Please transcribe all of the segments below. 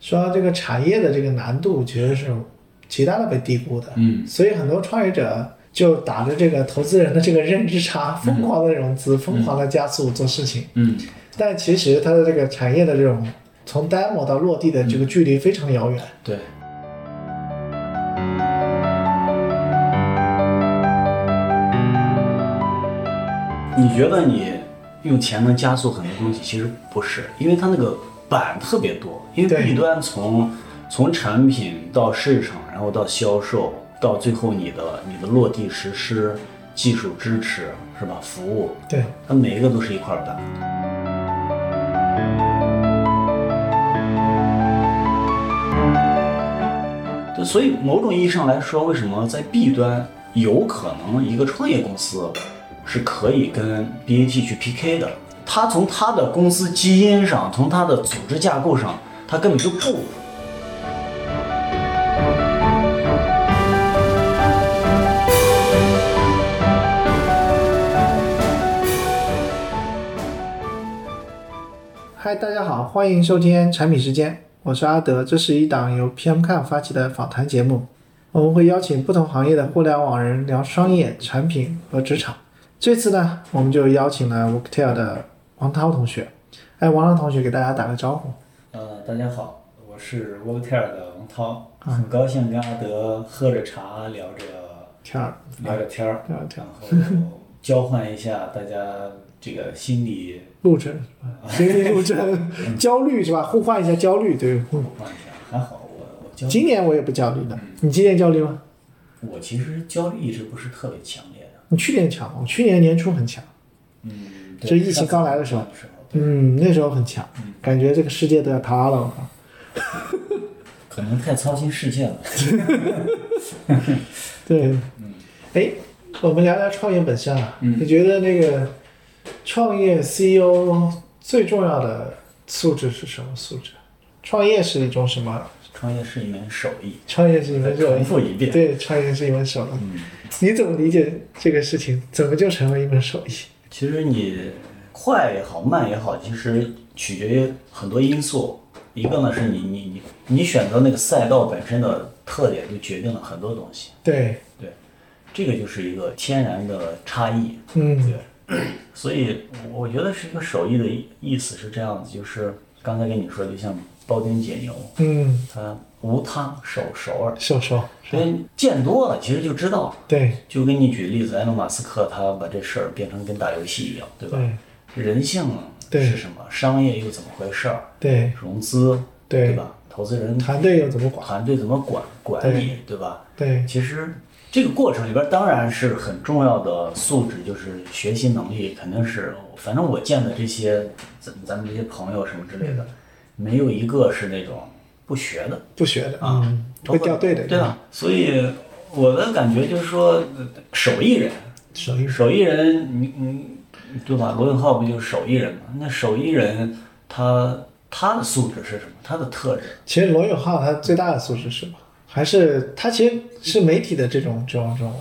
说这个产业的这个难度其实是极大的被低估的，嗯，所以很多创业者就打着这个投资人的这个认知差，疯狂的融资，疯狂的加速做事情，嗯但其实它的这个产业的这种从 demo 到落地的这个距离非常遥远。对，你觉得你用钱能加速很多东西？其实不是，因为它那个板特别多，因为对 B 端从从产品到市场，然后到销售，到最后你的你的落地实施、技术支持是吧？服务，对，它每一个都是一块板。对，所以某种意义上来说，为什么在 B 端有可能一个创业公司是可以跟 BAT 去 PK 的？它从它的公司基因上，从它的组织架构上，它根本就不。嗨，大家好，欢迎收听产品时间，我是阿德，这是一档由 PMCon 发起的访谈节目，我们会邀请不同行业的互联网人聊商业、产品和职场。这次呢，我们就邀请了 Worktail 的王涛同学，哎，王涛同学给大家打个招呼。呃，大家好，我是 Worktail 的王涛，很高兴跟阿德喝着茶聊着天儿，聊着天儿，聊着然后交换一下大家这个心理路程，心理路程，焦虑是吧？互换一下焦虑，对。嗯互换一下。还好我我焦今年我也不焦虑的，你今年焦虑吗？我其实焦虑一直不是特别强烈的，你去年强，我去年年初很强，嗯，就疫情刚来的时候候，时候嗯，那时候很强，感觉这个世界都要塌了。我靠可能太操心世界了。对，嗯哎，我们聊聊创业本身啊。你觉得那个创业 CEO 最重要的素质是什么素质？创业是一种什么？创业是一门手艺，创业是一门手重艺。复一遍。嗯对，创业是一门手艺。你怎么理解这个事情？怎么就成为一门手艺？其实你快也好，慢也好，其实取决于很多因素。一个呢是你你你你选择那个赛道本身的特点，就决定了很多东西。对，对，这个就是一个天然的差异。嗯，所以我我觉得是一个手艺的意意思是这样子，就是刚才跟你说，就像包丁解牛，嗯，它无他，手首尔。瘦瘦，所以见多了，其实就知道了。对，就跟你举例子，埃隆·马斯克他把这事儿变成跟打游戏一样，对吧？人性对是什么？商业又怎么回事儿？对，融资对吧？投资人团队又怎么管？团队怎么管管理对吧？对，其实这个过程里边当然是很重要的素质，就是学习能力肯定是，反正我见的这些咱咱们这些朋友什么之类嗯的，没有一个是那种不学的。不学的啊，嗯会掉队的，嗯对啊吧？所以我的感觉就是说，呃手艺人，手艺手艺人，你你对吧？罗永浩不就是手艺人吗？那手艺人他他的素质是什么？他的特质？其实罗永浩他最大的素质是什么？还是他其实是媒体的这种这种这种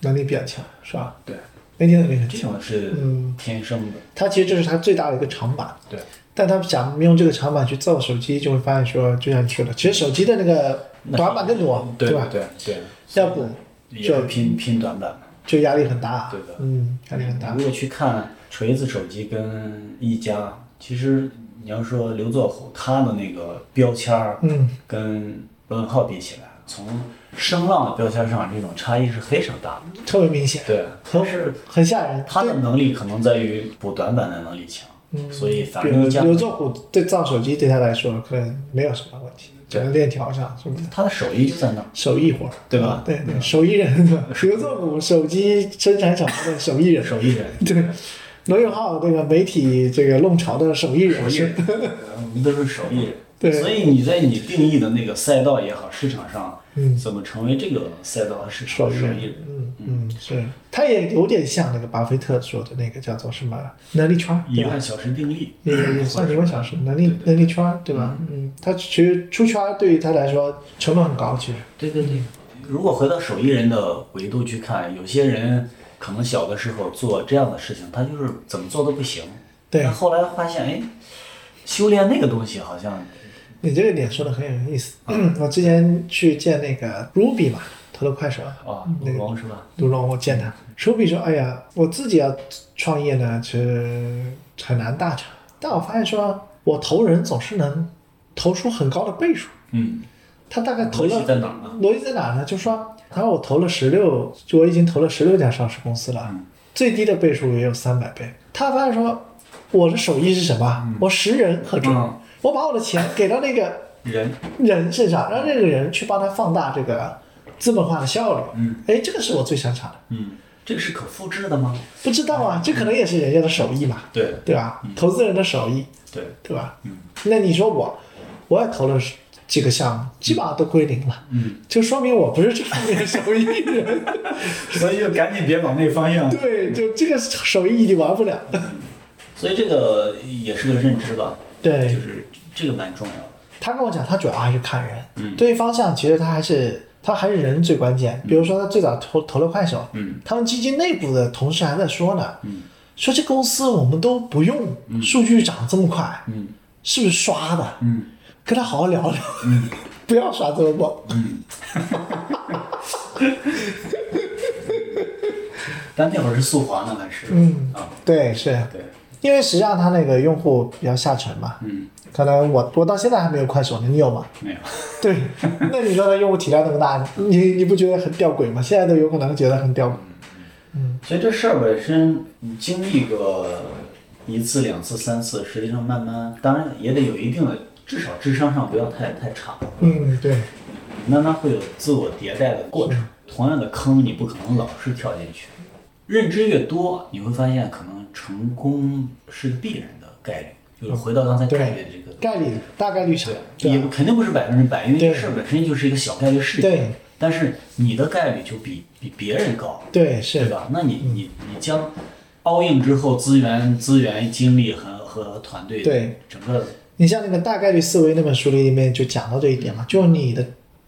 能力比较强，是吧？对，媒体能力很这强，种是嗯天生的。他其实这是他最大的一个长板。对，但他想用这个长板去造手机，就会发现说，就像你说的，其实手机的那个短板更多，对吧？哦对对，要不也是拼拼短板嘛。就压力很大。对的嗯，压力很大。如果去看锤子手机跟一加，其实你要说刘作虎他的那个标签儿，嗯，跟罗永浩比起来，从声浪的标签上，这种差异是非常大的。特别明显，对，很但是很吓人。他的能力可能在于补短板的能力强，所以反比正如一加嗯刘作虎对造手机对他来说可能没有什么问题，只能链条上是不是？他的手艺就在那儿，手艺活儿，啊对吧对对，手艺 人，刘作虎手机生产厂的手艺人，手艺人。对，罗永浩那个媒体这个弄潮的手艺人，手艺人，我们都是手艺人。对所以你在你定义的那个赛道也好，市场上，嗯怎么成为这个赛道和市场的手艺人？嗯嗯，是，他也有点像那个巴菲特说的那个叫做什么能力圈儿，一对吧？万小时定律，也也算一个小时能力能力圈儿，对吧？嗯，他其实出圈儿对于他来说成本很高，其实对对对。如果回到手艺人的维度去看，有些人可能小的时候做这样的事情，他就是怎么做都不行。对但后来发现，哎，修炼那个东西好像你这个点说的很有意思。啊 我之前去见那个 Ruby 嘛，投了快手，啊，那鲁龙是吧？卢龙，我见他，Ruby 说：“哎呀，我自己要创业呢，其实很难大成。但我发现说，我投人总是能投出很高的倍数。嗯，他大概投头了绪在哪儿呢？逻辑在哪呢？就说，然后我投了十六，就我已经投了十六家上市公司了，嗯最低的倍数也有三百倍。他发现说，我的手艺是什么？我识人和众，嗯我把我的钱给到那个人人身上，让那个人去帮他放大这个资本化的效率。嗯，哎，这个是我最擅长的。嗯，这个是可复制的吗？不知道啊，这可能也是人家的手艺嘛，嗯对对吧？投资人的手艺，对，对吧？嗯那你说我，我也投了几个项目，基本上都归零了，嗯，就说明我不是这方面的手艺人。 所以就赶紧别往那方向对，就这个手艺已经玩不了。所以这个也是个认知吧，就对是这个蛮重要的。他跟我讲，他主要还是看人，嗯对方向其实他还是他还是人最关键。比如说他最早投投了快手，嗯他们基金内部的同事还在说呢，说这公司我们都不用，数据涨这么快，嗯是不是刷的？嗯跟他好好聊聊， 不要刷这么猛。嗯但那会儿是速滑呢，还是嗯啊？对，是对，因为实际上他那个用户比较下沉嘛，嗯，可能我我到现在还没有快手呢，你有吗？没有， 对，那你说它用户体量那么大，你你不觉得很吊诡吗？现在都有可能觉得很吊诡。所以这事儿本身你经历个一次、两次、三次，实际上慢慢，当然也得有一定的，至少智商上不要太太差，嗯，对，慢慢会有自我迭代的过程。同样的坑，你不可能老是跳进去。认知越多，你会发现可能成功是必然的概率，就是回到刚才对概率这个概率大概率小，也吧肯定不是百分之百，因为对这事儿本身就是一个小概率事件。对但是你的概率就比比别人高，对对是嗯吧？那你你你将 all in 之后，资源、资源、精力和和团队，对整个你像那个大概率思维那本书里面就讲到这一点嘛，就你的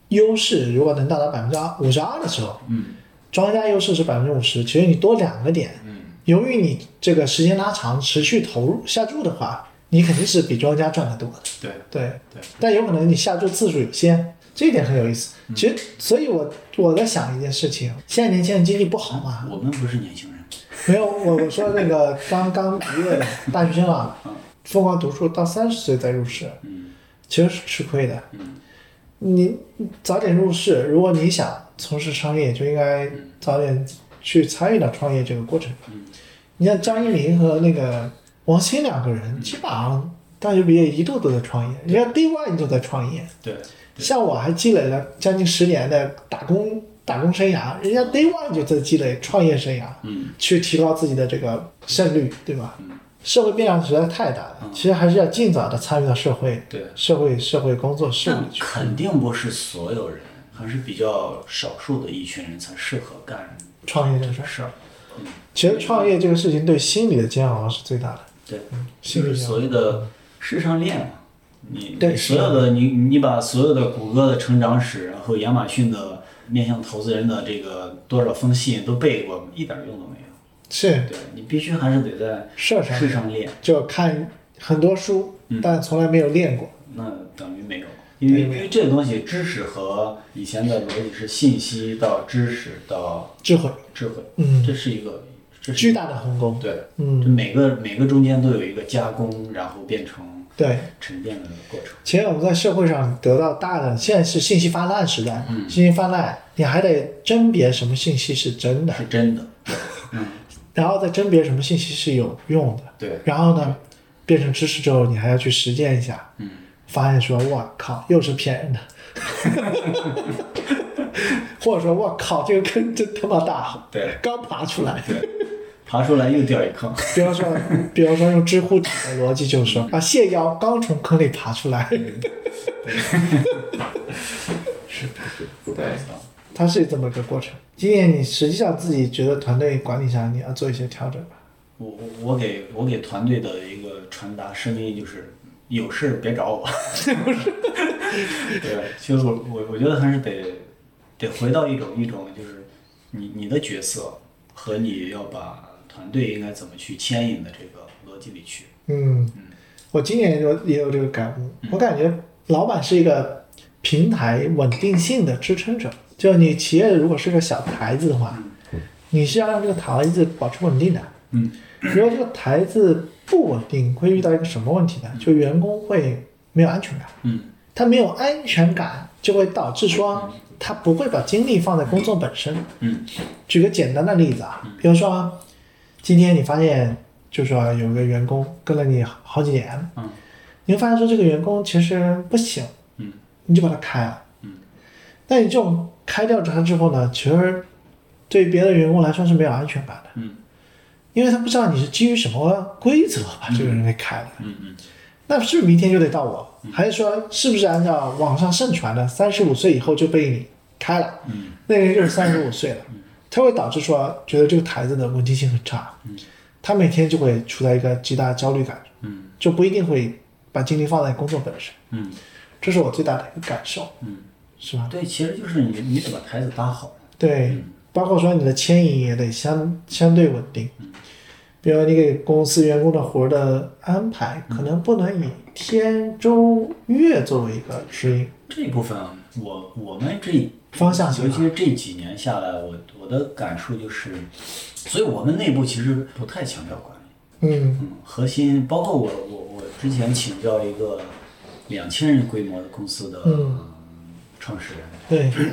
优势如果能达到百分之二五十二的时候，嗯庄家优势是百分之五十，其实你多两个点，嗯由于你这个时间拉长，持续投入下注的话，你肯定是比庄家赚得多的。对对对，但有可能你下注次数有限，这一点很有意思。嗯其实，所以我我在想一件事情，现在年轻人经济不好嘛？我们不是年轻人，没有，我我说那个刚刚毕业的大学生啊，疯狂读书到三十岁再入市，嗯其实是吃亏的。嗯你早点入市，如果你想从事商业，就应该早点去参与到创业这个过程。嗯你像张一鸣和那个王兴两个人，基本上大学毕业一度都在创业，人家 Day One 就在创业。对像我还积累了将近十年的打工打工生涯，人家 Day One 就在积累创业生涯，嗯去提高自己的这个胜率，对吧嗯？社会变量实在太大了，其实还是要尽早的参与到社会、对，社会、社会工作事但务去。肯定不是所有人，还是比较少数的一群人才适合干创业这个事这儿，事儿，嗯其实创业这个事情对心理的煎熬是最大的。对，心就理是上所谓的市场链嘛。你对所有的你，你把所有的谷歌的成长史，然后亚马逊的面向投资人的这个多少封信都背过，一点用都没有。是对你必须还是得在事儿上市场链，就看很多书，嗯但从来没有练过。那等于没有，因为因为这个东西知识和以前的逻辑是信息到知识到智慧，智慧，嗯这是一个这是巨一个大的鸿沟。对，嗯这每个每个中间都有一个加工，然后变成对，沉淀的过程。其实我们在社会上得到大的，现在是信息泛滥时代，嗯信息泛滥，你还得甄别什么信息是真的，是真的，然后再甄别什么信息是有用的，对，然后呢，变成知识之后，你还要去实践一下，嗯，发现说，我靠，又是骗人的， 或者说，我靠，这个坑真他妈大，对，刚爬出来。爬出来又掉一坑，比方说，比方说用知乎体的逻辑，就是说啊，谢邀刚从坑里爬出来， 对，它是这么个过程。今年你实际上自己觉得团队管理上你要做一些调整吧？我我我给我给团队的一个传达声音就是，有事儿别找我。 对，其实我我我觉得还是得得回到一种一种就是你你的角色和你要把团队应该怎么去牵引的这个逻辑里去。嗯嗯，我今年就也有这个感悟，我感觉老板是一个平台稳定性的支撑者。就你企业如果是个小台子的话，你是要让这个台子保持稳定的。嗯，如果这个台子不稳定，会遇到一个什么问题呢？就员工会没有安全感。嗯，他没有安全感，就会导致说他不会把精力放在工作本身。嗯，举个简单的例子啊，比如说今天你发现，就是说有个员工跟了你好几年，嗯，你会发现说这个员工其实不行，嗯，你就把他开了，嗯，那你这种开掉他之后呢，其实对别的员工来说是没有安全感的，嗯，因为他不知道你是基于什么规则把这个人给开了，嗯嗯那是不是明天就得到我？还是说是不是按照网上盛传的三十五岁以后就被你开了？嗯，那个人就是三十五岁了，他会导致说觉得这个台子的稳定性很差，他每天就会处在一个极大的焦虑感，嗯就不一定会把精力放在工作本身，嗯这是我最大的一个感受，嗯，是吧？对，其实就是你你得把台子搭好。对，包括说你的牵引也得相相对稳定，比如你给公司员工的活儿的安排，可能不能以天周月作为一个指引这一部分啊，我我们这方向尤性其的，是这几年下来，我我的感触就是，所以我们内部其实不太强调管理。嗯嗯，核心包括我我我之前请教一个两千人规模的公司的、嗯创始人，对，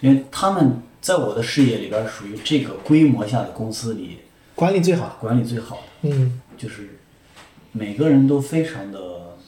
因为他们在我的视野里边儿属于这个规模下的公司里管理最好，管理最好的，嗯就是每个人都非常的，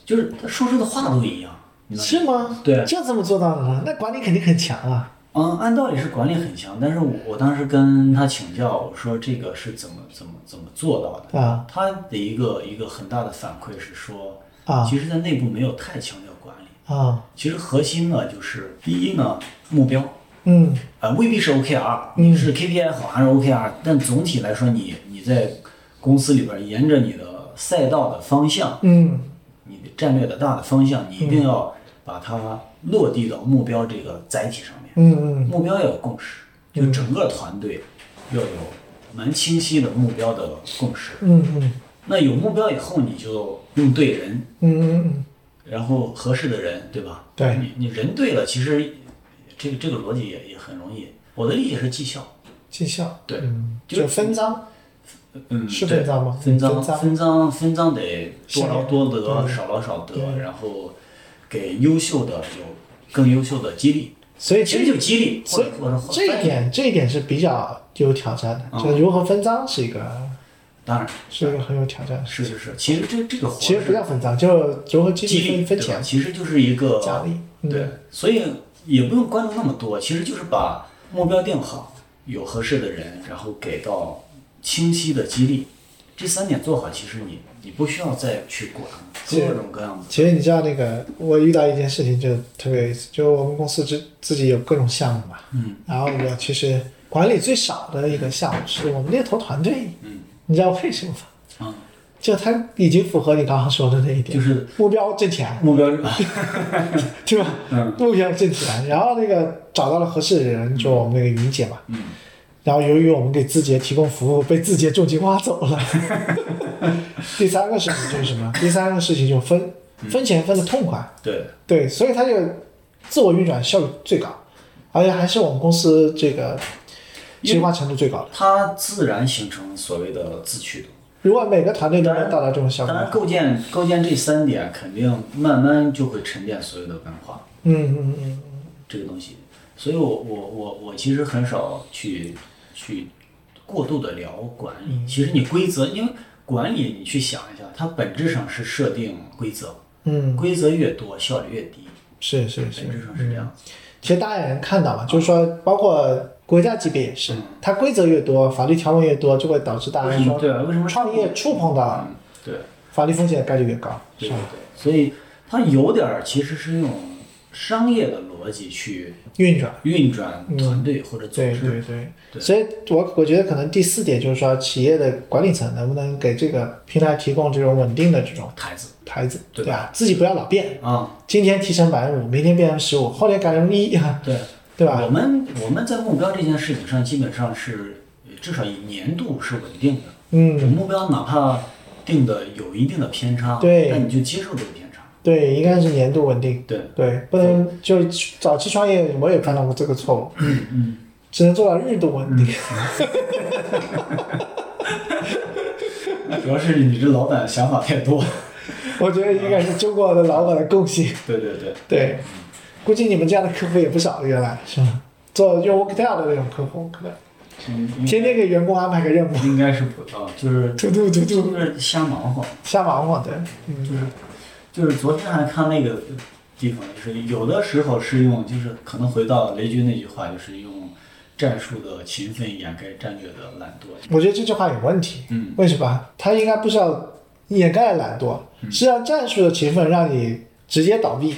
就是他说出的话都一样。你能是吗？对这怎么做到的呢？那管理肯定很强啊，嗯，按道理是管理很强，但是我我当时跟他请教，我说这个是怎么怎么怎么做到的？啊他的一个一个很大的反馈是说，啊其实，在内部没有太强调管理。啊，其实核心呢，就是第一呢，目标，嗯呃，未必是 OKR，、嗯是 KPI 好还是 OKR，但总体来说你，你在公司里边沿着你的赛道的方向，嗯你的战略的大的方向，你一定要把它落地到目标这个载体上面。嗯嗯目标要有共识，就整个团队要有蛮清晰的目标的共识。嗯嗯那有目标以后，你就用对人，嗯嗯嗯，然后合适的人，对吧？对你你人对了，其实这个这个逻辑也也很容易。我的理解是绩效，绩效，对嗯就就分赃，嗯，是对分赃吗分赃分赃分赃分赃得多劳多得，对少劳少得，对然后给优秀的有更优秀的激励，所以其这实就激励，或所者以或者或者这一点，这一点是比较有挑战的，嗯就是如何分赃是一个当然是一个很有挑战的。是是是，其实这这个活其实是不叫分赃，就如何激激励励分分对吧钱其实就是一个奖励。嗯对，所以也不用关注那么多，其实就是把目标定好，有合适的人，然后给到清晰的激励，这三点做好，其实你你不需要再去管各种各样的。其实你知道那个，我遇到一件事情就特别有意思，就是我们公司自自己有各种项目嘛，嗯，然后我其实管理最少的一个项目是我们猎头团队，嗯，你知道为什么吗？嗯，就它已经符合你刚刚说的那一点，就是目标挣钱，目标 对吧？嗯目标挣钱，然后那个找到了合适的人，就我们那个云姐嘛，嗯，然后由于我们给字节提供服务，被字节重金挖走 了。第三个事情就是什么？第三个事情就是分嗯分钱分的痛快，对，对，所以它这个自我运转效率最高，而且还是我们公司这个计划程度最高的。它自然形成所谓的自驱动。如果每个团队都能达到这种效当果，然，构建构建这三点，肯定慢慢就会沉淀所有的文化。嗯嗯嗯这个东西，所以我我我我其实很少去去过度的聊管理。嗯其实你规则，因为管理你去想一下，它本质上是设定规则，嗯，规则越多效率越低，是是是嗯本。质上是哎这样子。其实大家也能看啊到嘛，就是说，包括国家级别也是，嗯它规则越多，法律条文越多，就会导致大为家什么说对啊？为什么创业触碰到嗯对法律风险的概率越高，对是对吧？对，所以它有点儿其实是用商业的逻辑去运转，运转团队或者组嗯对织。对对。所以我我觉得可能第四点就是说，企业的管理层能不能给这个平台提供这种稳定的这种台子台子，对对吧？自己不要老变，啊，今天提成百分之五，明天变成十五，后天改成一， 对。对吧？我们我们在目标这件事情上，基本上是呃至少以年度是稳定的。嗯我目标哪怕定的有一定的偏差，对但你就接受这个偏差。对，应该是年度稳定。对对，不能就早期创业，我也犯到过这个错误。嗯嗯，只能做到日度稳定。主要是你这老板想法太多。 嗯 我觉得应该是中国的老板的共性。对对对，对，估计你们这样的客户也不少，原来是吧？做用 Worktel 的那种客户，可能嗯，天天给员工安排个任务，应该是不啊， 就是突突突突就是瞎忙活。瞎忙活，对，嗯，就是昨天还看那个地方，就是有的时候是用，就是可能回到雷军那句话，就是用战术的勤奋掩盖战略的懒惰。我觉得这句话有问题，嗯，为什么？他应该不是要掩盖懒惰，是让战术的勤奋让你直接倒闭。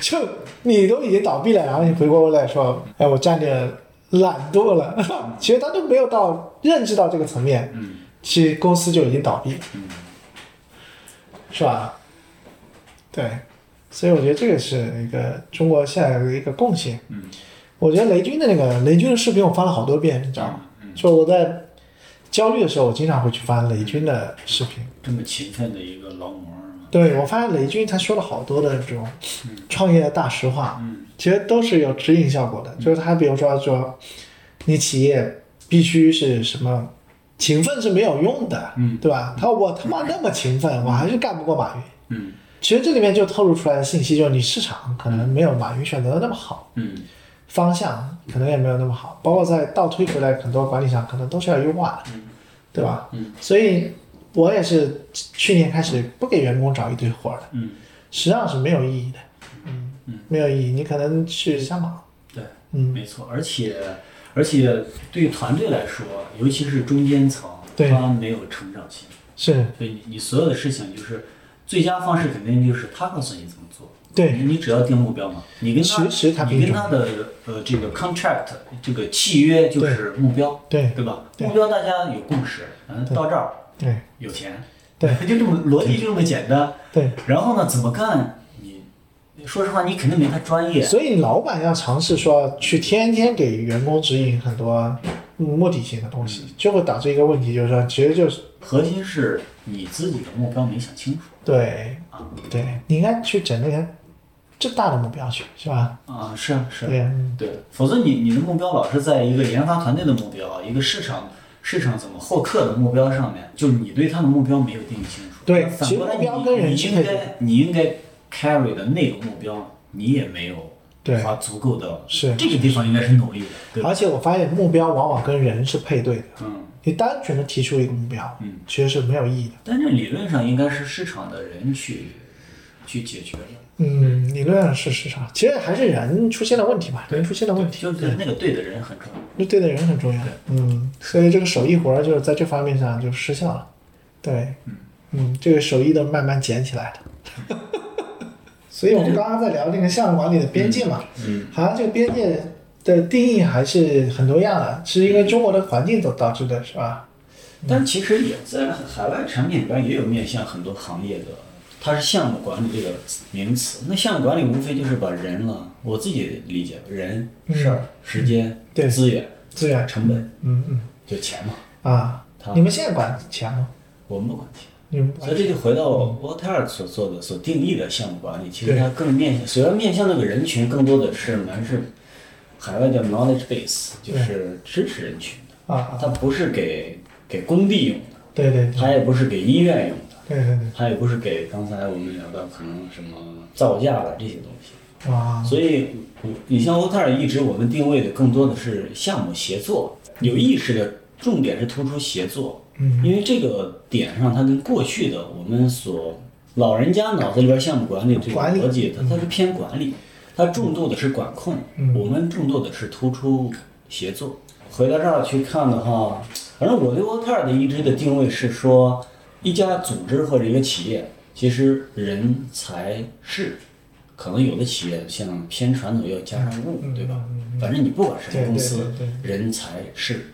就你都已经倒闭了，然后你回过头来说，哎，我战略懒惰了，其实他都没有到认知到这个层面，嗯，其实公司就已经倒闭了，嗯是吧？对，所以我觉得这个是一个中国现在的一个共性。嗯，我觉得雷军的那个雷军的视频我翻了好多遍，你知道吗？嗯，就我在焦虑的时候，我经常会去翻雷军的视频。这么勤奋的一个劳模儿嘛，对我发现雷军他说了好多的这种创业的大实话，嗯其实都是有指引效果的。就是他比如说说，你企业必须是什么，勤奋是没有用的，嗯对吧？他说我他妈那么勤奋，我还是干不过马云。嗯其实这里面就透露出来的信息就是，你市场可能没有马云选择的那么好，嗯方向可能也没有那么好，包括在倒推回来，很多管理上可能都是要优化的，对吧？嗯所以我也是去年开始不给员工找一堆活儿的，嗯，实际上是没有意义的，嗯，没有意义。你可能去瞎忙，对，嗯，没错，而且而且对团队来说，尤其是中间层，对他没有成长性，是所以你你所有的事情就是最佳方式肯定就是他告诉你怎么做。对，你只要定目标嘛，你跟他，其实他你跟他的呃这个 contract 这个契约就是目标，对对吧？对目标大家有共识，嗯，到这儿对有钱，对， 就这么逻辑就这么简单。对，然后呢，怎么干？你说实话，你肯定没他专业，所以老板要尝试说去天天给员工指引很多嗯目的性的东嗯西，就会导致一个问题，就是说其实就是核心是你自己的目标没想清楚对啊对，你应该去整那个最大的目标去，是吧？啊，是啊是啊对，呀，嗯对，否则你你的目标老是在一个研发团队的目标，一个市场市场怎么获客的目标上面，就是你对它的目标没有定义清楚。对反其实过来目你标跟人你是应配合该你应该 carry 的那个目标，你也没有对花足够的是这个地方应该是努力的，对吧？而且我发现目标往往跟人是配对的，嗯，你单纯的提出一个目标，嗯，其实是没有意义的。但这理论上应该是市场的人去去解决的，嗯，理论上是市场，其实还是人出现了问题嘛，人出现了问题，就是那个对的人很重要。那对的人很重要。嗯，所以这个手艺活儿就是在这方面上就失效了。对，嗯这个手艺都慢慢捡起来的。 所以我们刚刚在聊那个项目管理的边界嘛，嗯，好像这个边界的定义还是很多样的，是因为中国的环境所导致的，是吧？但其实也在海外产品里边也有面向很多行业的，它是项目管理这个名词。那项目管理无非就是把人了，我自己理解人、嗯事儿、时间、对资源、资源，成本，嗯嗯就钱嘛，啊他，你们现在管钱吗？我们的管钱。你们所以这就回到沃特尔所做的所定义的项目管理，其嗯实对它更面向，虽然面向那个人群更多的是还是海外叫 knowledge base，就是知识人群的，啊啊，它不是给给工地用的，对对对它也不是给医院用的。对对它也不是给刚才我们聊到可能什么造价了这些东西，对，啊，所以我你像欧特尔一直我们定位的更多的是项目协作，有意识的重点是突出协作，嗯因为这个点上它跟过去的我们所老人家脑子里边项目管理这个管理逻辑，它它是偏管理，它重度的是管控，嗯我们重度的是突出协作。回到这儿去看的话，反正我对沃特尔的一直的定位是说，一家组织或者一个企业，其实人才是，可能有的企业像偏传统，要加上嗯物，对吧？反正你不管是什么公司对对，人才是。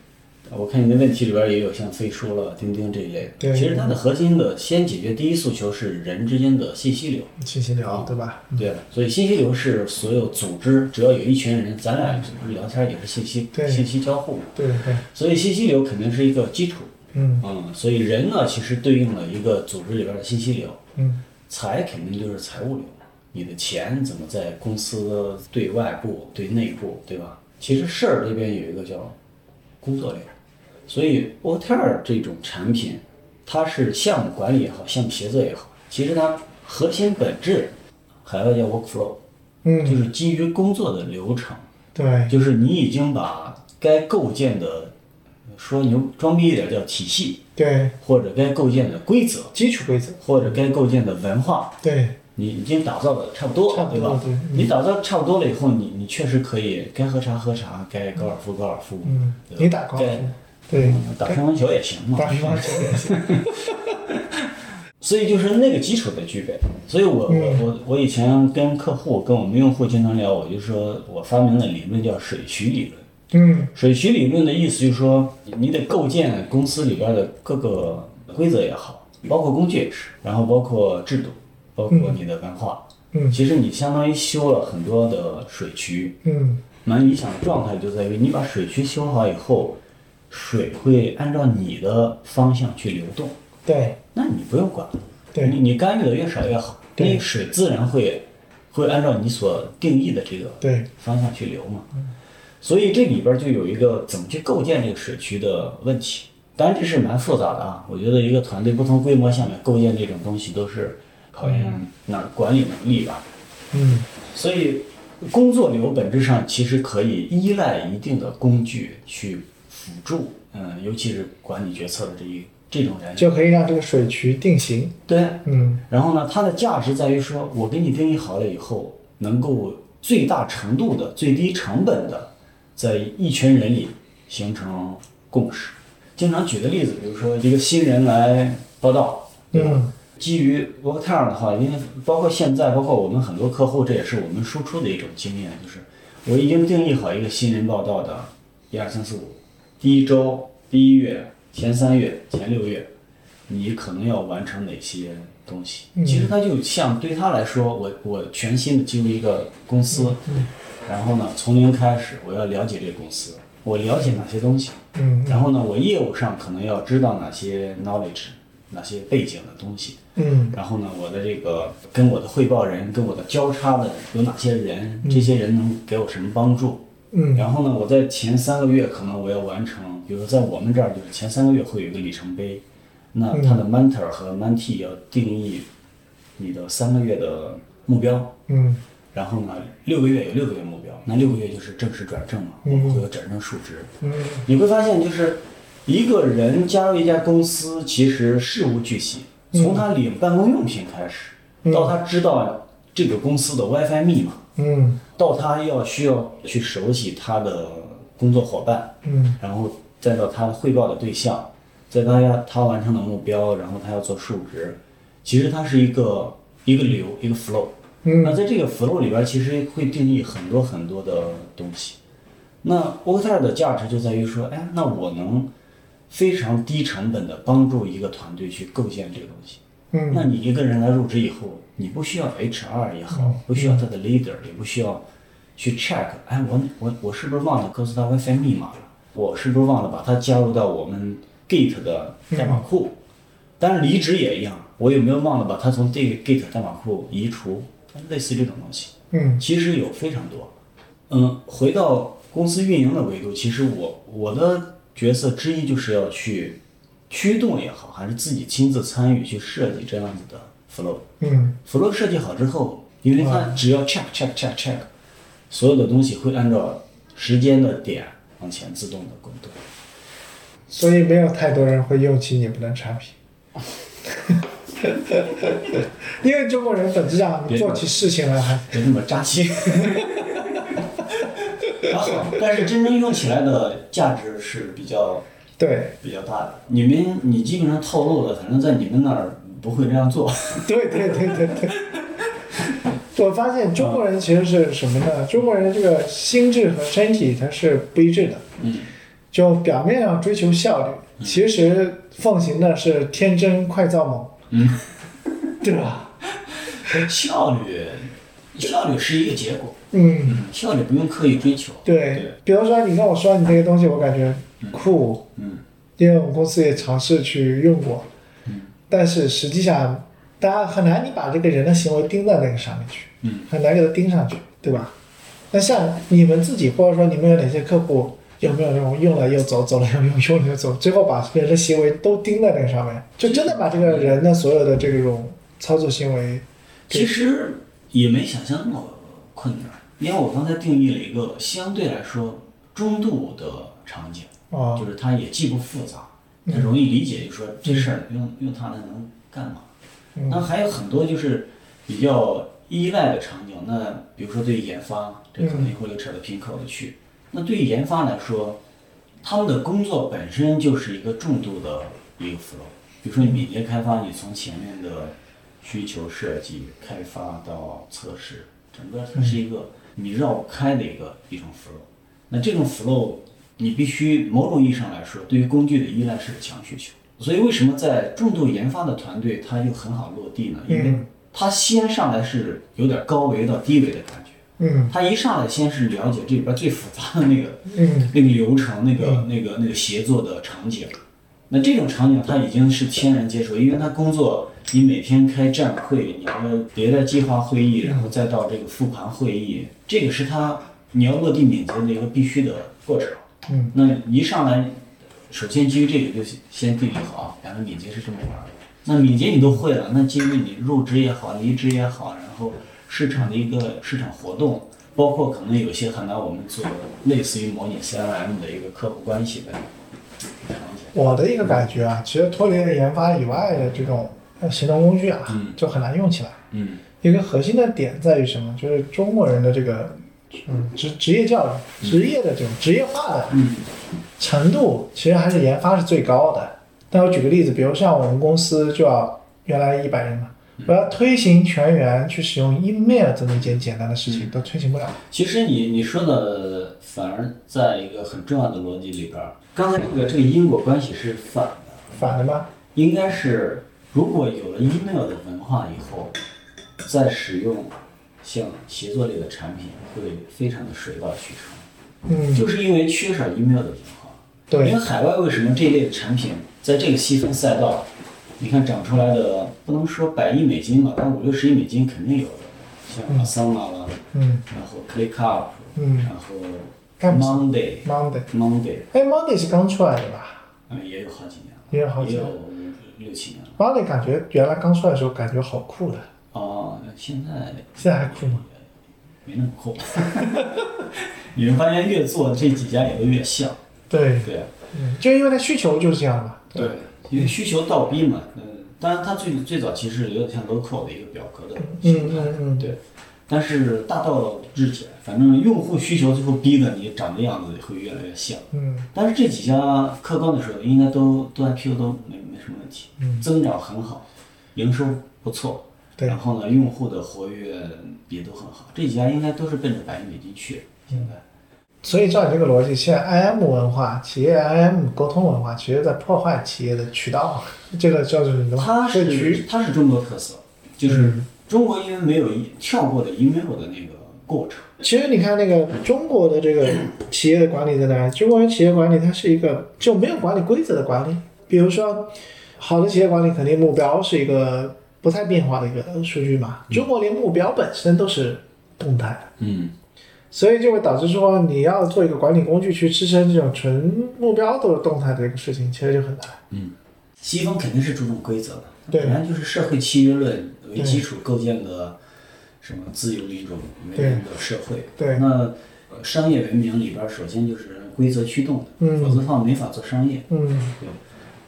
我看你的问题里边也有像飞书了、钉钉这一类对的，其实它的核心的先解决第一诉求是人之间的信息流。信息流对吧？对，所以信息流是所有组织，只要有一群人，咱俩聊天也是信息嗯对信息交互嘛。对对对，所以信息流肯定是一个基础，嗯嗯，所以人呢，其实对应了一个组织里边的信息流，嗯财肯定就是财务流，你的钱怎么在公司对外部、对内部，对吧？其实事儿这边有一个叫工作流，所以 OTR 这种产品，它是项目管理也好，项目协作也好，其实它核心本质还要叫 workflow，就嗯，是基于工作的流程。对，就是你已经把该构建的，说牛装逼一点叫体系，对，或者该构建的规则，基础规则，或者该构建的文化，对，你已经打造的差不多差了，不对多吧？对嗯你打造差不多了以后，你你确实可以该喝茶喝茶，该高尔夫高尔夫，嗯，对吧你打高尔该夫，对，打乒乓球也行嘛，打乒乓球也行，所以就是那个基础的具备。所以我、嗯我我我以前跟客户跟我们用户经常聊，我就说我发明的理论叫水渠理论。嗯水渠理论的意思就是说，你得构建公司里边的各个规则也好，包括工具也是，然后包括制度，包括你的文化。嗯其实你相当于修了很多的水渠，嗯，蛮理想的状态就在于你把水渠修好以后，水会按照你的方向去流动，对那你不用管，对你你干预的越少越好，对因为水自然会会按照你所定义的这个对，方向去流嘛。所以这里边就有一个怎么去构建这个水渠的问题。当然这是蛮复杂的啊，我觉得一个团队不同规模下面构建这种东西都是考验哪儿管理能力吧。嗯所以工作流本质上其实可以依赖一定的工具去辅助，嗯，尤其是管理决策的这一这种人，就可以让这个水渠定型，对，嗯然后呢，它的价值在于说，我给你定义好了以后，能够最大程度的、最低成本的，在一群人里形成共识。经常举的例子，比如说一个新人来报道，对吧？嗯基于 w o r k t i m e 的话，因为包括现在，包括我们很多客户，这也是我们输出的一种经验，就是我已经定义好一个新人报道的一二三四五，第一周、第一月、前三月、前六月，你可能要完成哪些东西？其实他就像对他来说，我我全新的进入一个公司，然后呢，从零开始，我要了解这个公司，我了解哪些东西，嗯然后呢，我业务上可能要知道哪些 knowledge，哪些背景的东西。嗯然后呢，我的这个跟我的汇报人、跟我的交叉的有哪些人？这些人能给我什么帮助？嗯然后呢，我在前三个月可能我要完成，比如说在我们这儿就是前三个月会有一个里程碑，那他的 mentor 和 mentee 要定义你的三个月的目标，嗯然后呢，六个月有六个月目标，那六个月就是正式转正嘛，我们会有转正数值。嗯你会发现，就是一个人加入一家公司，其实事无巨细，从他领办公用品开始，到他知道这个公司的 WiFi 密码，嗯到他要需要去熟悉他的工作伙伴，嗯然后再到他汇报的对象，再到他他完成的目标，然后他要做数值，其实它是一个一个流一个 flow。那在这个 flow 里边，其实会定义很多很多的东西。那 OKR 的价值就在于说，哎，那我能非常低成本的帮助一个团队去构建这个东西。嗯，那你一个人来入职以后，你不需要 HR 也好，不需要他的 leader，也不需要去 check，哎，我我我是不是忘了告诉他 WiFi 密码了？我是不是忘了把它加入到我们 Git 的代码库？当然离职也一样，我有没有忘了把它从这个 Git 代码库移除？类似这种东西。嗯其实有非常多。嗯，回到公司运营的维度，其实我我的角色之一就是要去驱动也好，还是自己亲自参与去设计这样子的 flow。嗯 flow 设计好之后，因为它只要 check check check check，所有的东西会按照时间的点往前自动的滚动。所以没有太多人会用起你们的产品， 因为中国人本质上做起事情来还别那么扎 心。然后，但是真正用起来的价值是比较对比较大的。你们你基本上透露了，反正在你们那儿不会这样做。 对对对对对。我发现中国人其实是什么呢？中国人这个心智和身体它是不一致的，嗯，就表面上追求效率，其实奉行的是天真快造猛，嗯，对吧？效率，效率是一个结果，嗯，效率不用刻意追求。对，比如说你跟我说你这个东西，我感觉酷，嗯，因为我们公司也尝试去用过，但是实际上大家很难你把这个人的行为盯在那个上面去，嗯，很难给他盯上去，对吧？那像你们自己，或者说你们有哪些客户，有没有那种用了又走，走了又用，用了又走，最后把这个人的行为都盯在那个上面，就真的把这个人的所有的这种操作行为，其实也没想象那么困难，因为我刚才定义了一个相对来说中度的场景，哦，就是它也既不复杂，嗯它容易理解，就说这事儿用用它来能干嘛？嗯那还有很多就是比较依赖的场景，那比如说对于研发，这可能一会儿又扯到品口的去。那对于研发来说，他们的工作本身就是一个重度的一个 flow。比如说你敏捷开发，你从前面的需求设计、开发到测试，整个它是一个你绕不开的一个一种 flow。那这种 flow，你必须某种意义上来说，对于工具的依赖是个强需求。所以为什么在重度研发的团队，它就很好落地呢？因为嗯它先上来是有点高维到低维的感觉，嗯它一上来先是了解这里边最复杂的那个嗯那个流程、那个那个那个协作的场景。那这种场景它已经是天然接触，因为它工作，你每天开站会，你要迭代计划会议，然后再到这个复盘会议，这个是它你要落地敏捷的一个必须的过程。嗯，那一上来，首先基于这个就先定义好啊，咱们敏捷是这么玩的。那敏捷你都会了，那基于你入职也好，离职也好，然后市场的一个市场活动，包括可能有些还拿我们做类似于模拟 CRM 的一个客户关系的场景。我的一个感觉啊，其实脱离了研发以外的这种呃行动工具啊，嗯就很难用起来。嗯一个核心的点在于什么？就是中国人的这个，嗯，职职业教育、职业的这种职业化的嗯程度，其实还是研发是最高的。那我举个例子，比如像我们公司就要原来一百人嘛，嗯我要推行全员去使用 email 这么一件简单的事嗯情都推行不了。其实你你说的反而在一个很重要的逻辑里边儿，刚才这个这个因果关系是反的。反的吗？应该是如果有了 email 的文化以后，再使用像协作类的产品会非常的水到渠成，嗯，就是因为缺少 email 的文化。因对为，海外为什么这一类的产品在这个细分赛道，你看长出来的不能说百亿美金吧，但五六十亿美金肯定有的，像 Asana 啦，嗯然后 ClickUp，嗯然后 Gamps Monday ，Monday， Monday，哎，Monday 是刚出来的吧？嗯，也有好几年了，也有好几也年有六七年了。 Monday 感觉原来刚出来的时候感觉好酷的，哦，现在现在还酷吗？没那么 酷。你会发现越做这几家也都越像，对，对嗯，就因为它需求就是这样嘛。对，因为需求倒逼嘛。嗯，当然它最最早其实有点像 local 的一个表格的嗯形态，嗯嗯，对。但是大道至简，反正用户需求最后逼的你长的样子会越来越像。嗯。但是这几家客观的说，应该都都 IPO 都没没什么问题，嗯增长很好，营收不错，对然后呢，用户的活跃也都很好，这几家应该都是奔着百亿美金去的。现在，嗯所以照你这个逻辑，现在 IM 文化、企业 IM 沟通文化，其实在破坏企业的渠道， 这个叫做什么？它社是区。它是中国特色，就是嗯中国因为没有一跳过的 email 的那个过程，其实你看那个中国的这个企业的管理在哪？中国人企业管理它是一个就没有管理规则的管理。比如说，好的企业管理肯定目标是一个不太变化的一个数据嘛。中国连目标本身都是动态的。嗯，所以就会导致说，你要做一个管理工具去支撑这种纯目标都是动态的一个事情，其实就很难。西方肯定是注重规则的，对本来就是社会契约论为基础构建的什么自由民主文明的社会，对，那呃商业文明里边儿首先就是规则驱动的，嗯否则的话没法做商业。嗯。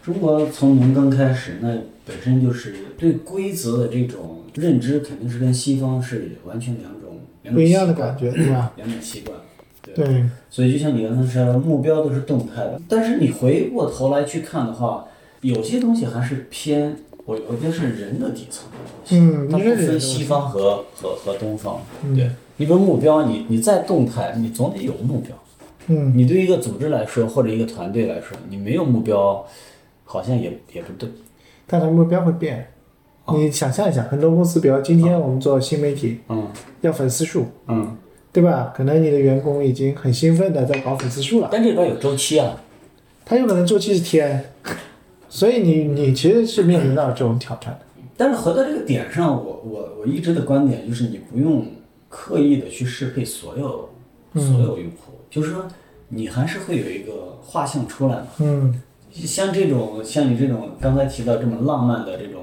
中国从农耕开始，那本身就是对规则的这种认知，肯定是跟西方是完全两种两种不一样的习惯感觉，对吧？两种习惯。对，所以就像你刚才说，目标都是动态的，但是你回过头来去看的话，有些东西还是偏我我觉得是人的底层的东西，嗯它你是不人的分东西西方和和和东方。嗯对，你比如目标，你你再动态，你总得有目标。嗯，你对一个组织来说，或者一个团队来说，你没有目标，好像也也不对。但它目标会变。你想象一下，很多公司，比如今天我们做新媒体，嗯要粉丝数，嗯，对吧？可能你的员工已经很兴奋的在搞粉丝数了，但这里边有周期啊。他有可能做七十天，所以你你其实是面临到这种挑战的。但是回到这个点上，我我我一直的观点就是，你不用刻意的去适配所有所有用户，就是说你还是会有一个画像出来嘛。嗯像这种像你这种刚才提到这么浪漫的这种，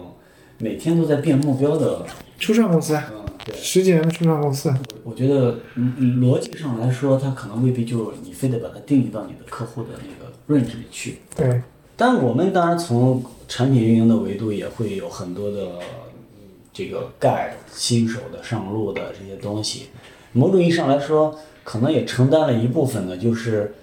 每天都在变目标的，初创公司，啊嗯，对，十几人的初创公司，我我觉得嗯逻辑上来说，它可能未必就你非得把它定义到你的客户的那个 range 里去。对，但我们当然从产品运营的维度也会有很多的嗯这个 guide 新手的上路的这些东西，某种意义上来说，可能也承担了一部分的就是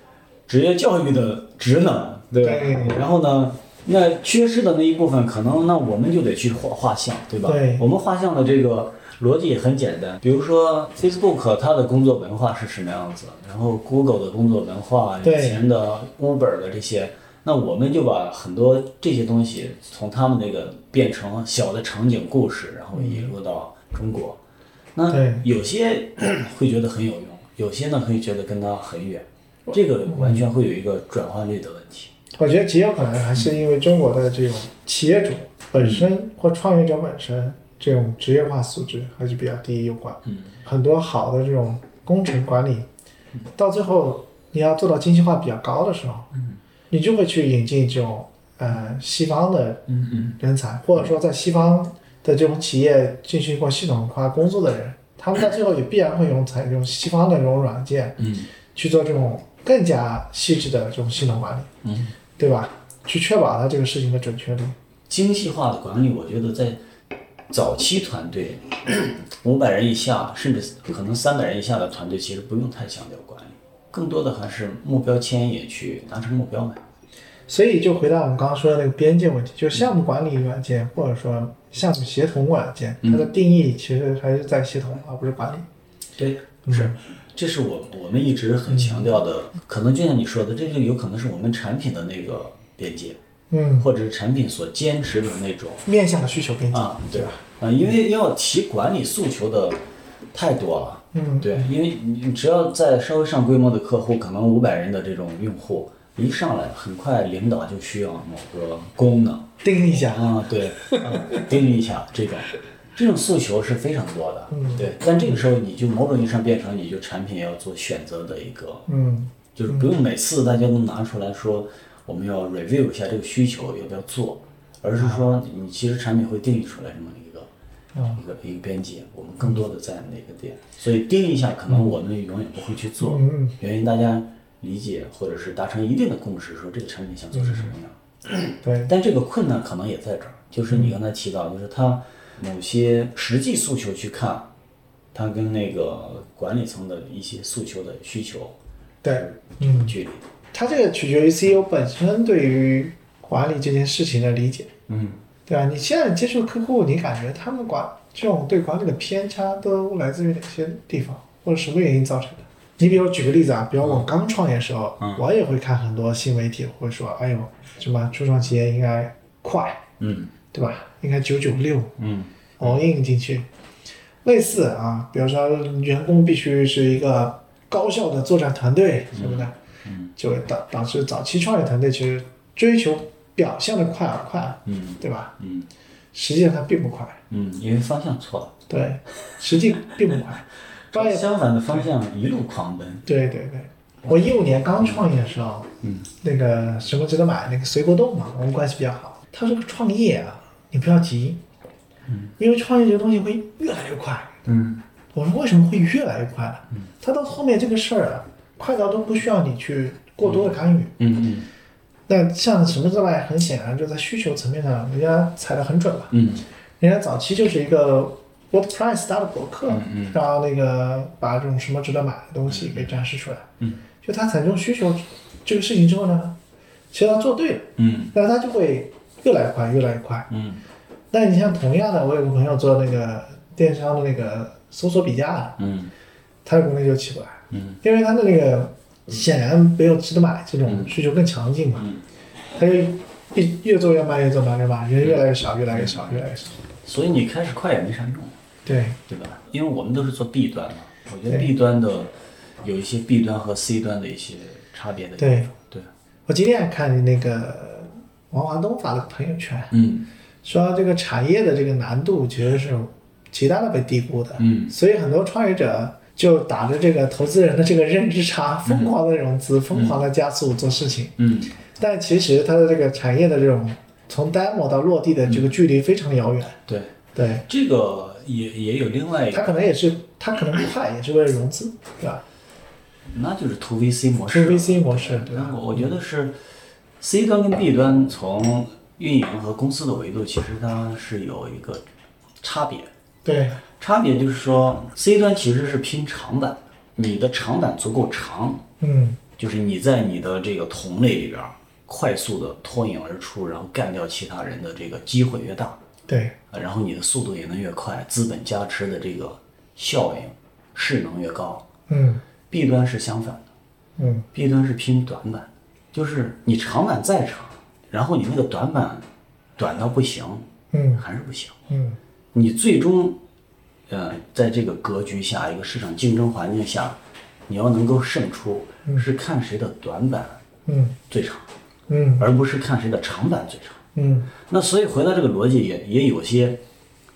职业教育的职能，对吧？对然后呢，那缺失的那一部分，可能那我们就得去画画像，对吧？对我们画像的这个逻辑也很简单，比如说 Facebook 它的工作文化是什么样子，然后 Google 的工作文化，啊以对前的 Uber 的这些，那我们就把很多这些东西从他们那个变成小的场景故事，然后引入到中国。对那有些 会觉得很有用，有些呢会觉得跟它很远，这个完全会有一个转换率的问题。我觉得极有可能还是因为中国的这种企业主本身或创业者本身这种职业化素质还是比较低有关。嗯，很多好的这种工程管理，到最后你要做到精细化比较高的时候，你就会去引进这种呃西方的嗯嗯人才，或者说在西方的这种企业进行过系统化工作的人，他们到最后也必然会用采用西方的这种软件嗯去做这种更加细致的这种系统管理。嗯，对吧？去确保它这个事情的准确率。精细化的管理，我觉得在早期团队， 五百人以下，甚至可能三百人以下的团队，其实不用太强调管理，更多的还是目标牵引去达成目标嘛。所以就回到我们刚刚说的那个边界问题，就是项目管理软件或者说项目协同软件，嗯它的定义其实还是在协同而不是管理。对，是，嗯这是我我们一直很强调的，可能就像你说的，这个有可能是我们产品的那个边界，嗯，或者是产品所坚持的那种面向的需求边界。啊，对吧？啊，因为要提管理诉求的太多了。嗯，对，因为你只要在稍微上规模的客户，可能五百人的这种用户，一上来很快领导就需要某个功能定义一下。啊，对，啊定义一下这种，这种诉求是非常多的，嗯对。但这个时候你就某种意义上变成你就产品要做选择的一个，嗯，就是不用每次大家都拿出来说我们要 review 一下这个需求要不要做，而是说嗯你其实产品会定义出来这么一个。一个一个边界，我们更多的在哪个点，所以定义一下，可能我们永远不会去做嗯，原因大家理解或者是达成一定的共识，说这个产品想做是什么样。嗯对，但这个困难可能也在这儿，就是你刚才提到，就是它某些实际诉求去看，它跟那个管理层的一些诉求的需求对，嗯有距离的。它这个取决于 CEO 本身对于管理这件事情的理解。嗯，对啊吧？你现在接触客户，你感觉他们管这种对管理的偏差都来自于哪些地方，或者什么原因造成的？你比如举个例子啊，比如我刚创业时候，我也会看很多新媒体会说，哎呦，什么初创企业应该快，嗯对吧？应该九九六嗯 all in 哦进去。类似啊，比如说员工必须是一个高效的作战团队什么的，就导导致早期创业团队其实追求表象的快而快，嗯对吧？嗯实际上它并不快，嗯，因为方向错了，对，实际并不快。创业，相反的方向一路狂奔。对对对，我一五年刚创业的时候，嗯，那个什么值得买那个随国栋嘛，我们关系比较好。他说创业啊，你不要急，嗯，因为创业这个东西会越来越快。嗯我说为什么会越来越快呢？他到后面这个事儿啊，快到都不需要你去过多的干预。嗯那像什么值得买，很显然就在需求层面上，人家踩得很准了。嗯人家早期就是一个 WordPress 搭的博客，嗯然后那个把这种什么值得买的东西给展示出来，嗯，就他踩中需求这个事情之后呢，其实他做对了，嗯那他就会越来越快，越来越快。嗯那你像同样的，我有个朋友做那个电商的那个搜索比价，嗯他在国内就起不来，嗯因为他的那个显然没有值得买这种需求更强劲嘛，嗯他就越越做越慢，越做越慢越慢，人越来越少，越来越嗯少，越来越少，所以你开始快也没啥用，对。对吧？因为我们都是做 B 端嘛，我觉对得 B 端的有一些 B 端和 C 端的一些差别的地方。对，我今天还看那个王华东发了个朋友圈，嗯说这个产业的这个难度其实是极大的被低估的，嗯所以很多创业者就打着这个投资人的这个认知差，疯狂的融资，疯狂的加速做事情。嗯但其实它的这个产业的这种从 demo 到落地的这个距离非常遥远。对，对，这个也也有另外一它个，可能也是，它可能快，也是为了融资，对吧？那就是 to VC 模是式了。 VC 模式，对吧？那我我觉得是 C 端跟 B 端从运营和公司的维度，其实它是有一个差别。对，差别就是说，C 端其实是拼长板的，你的长板足够长，嗯，就是你在你的这个同类里边儿快速的脱颖而出，然后干掉其他人的这个机会越大，对，呃然后你的速度也能越快，资本加持的这个效应势能越高。嗯 B 端是相反的。嗯， B 端是拼短板，就是你长板再长，然后你那个短板短到不行，嗯还是不行。嗯，你最终，呃，在这个格局下，一个市场竞争环境下，你要能够胜出，是看谁的短板嗯最长，嗯而不是看谁的长板最长。嗯，那所以回到这个逻辑也，也有些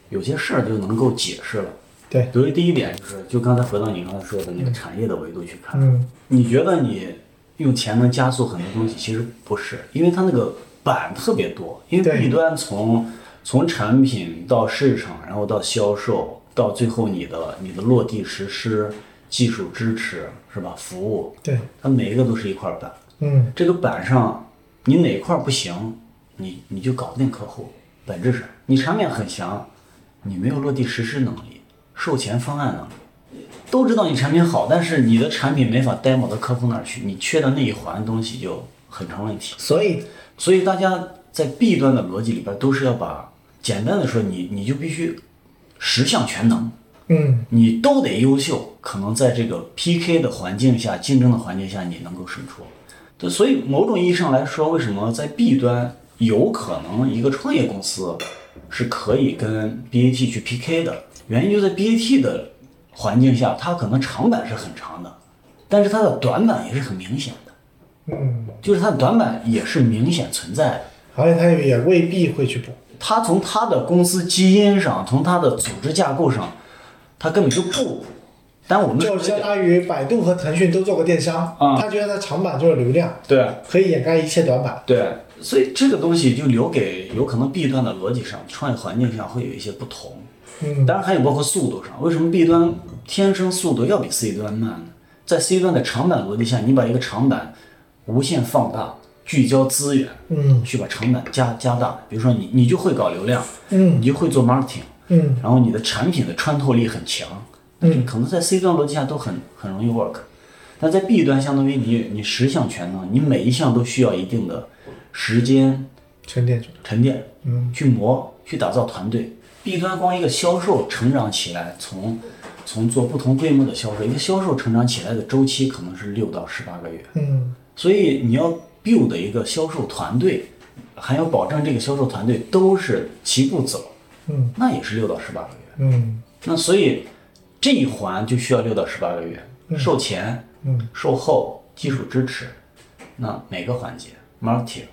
有些事儿就能够解释了。对，比如第一点就是，就刚才回到你刚才说的那个产业的维度去看，嗯你觉得你用钱能加速很多东西？其实不是，因为它那个板特别多，因为对 B 端从从产品到市场，然后到销售，到最后你的你的落地实施、技术支持是吧？服务，对，它每一个都是一块板。嗯这个板上你哪块不行，你你就搞不定客户。本质上，你产品很强，你没有落地实施能力、售前方案能力，都知道你产品好，但是你的产品没法 demo 到客户那儿去，你缺的那一环东西就很成问题。所以所以大家在 B 端的逻辑里边都是要把，简单的说你，你就必须十项全能，嗯你都得优秀，可能在这个 PK 的环境下、竞争的环境下，你能够胜出。对，所以某种意义上来说，为什么在 B 端有可能一个创业公司是可以跟 BAT 去 PK 的？原因就在 BAT 的环境下，它可能长板是很长的，但是它的短板也是很明显的，嗯，就是它的短板也是明显存在的。而且他也未必会去补，他从他的公司基因上，从他的组织架构上，他根本就不。但我们就相当于百度和腾讯都做过电商，嗯他觉得他长板就是流量，对啊可以掩盖一切短板。对，所以这个东西就留给有可能 B 端的逻辑上，创业环境上会有一些不同。嗯当然还有包括速度上，为什么 B 端天生速度要比 C 端慢呢？在 C 端的长板逻辑下，你把一个长板无限放大，聚焦资源，嗯去把长板加加大。比如说你，你就会搞流量，嗯你就会做 marketing，嗯然后你的产品的穿透力很强，嗯可能在 C 端逻辑下都很很容易 work，但在 B 端相当于你你十项全能，你每一项都需要一定的时间沉淀住。沉淀，嗯，去磨，去打造团队。B 端光一个销售成长起来，从从做不同规模的销售，一个销售成长起来的周期可能是六到十八个月，嗯所以你要 build 一个销售团队，还要保证这个销售团队都是齐步走，嗯那也是六到十八个月。嗯那所以这一环就需要六到十八个月，售前、嗯售后、技术支持，那每个环节 marketing，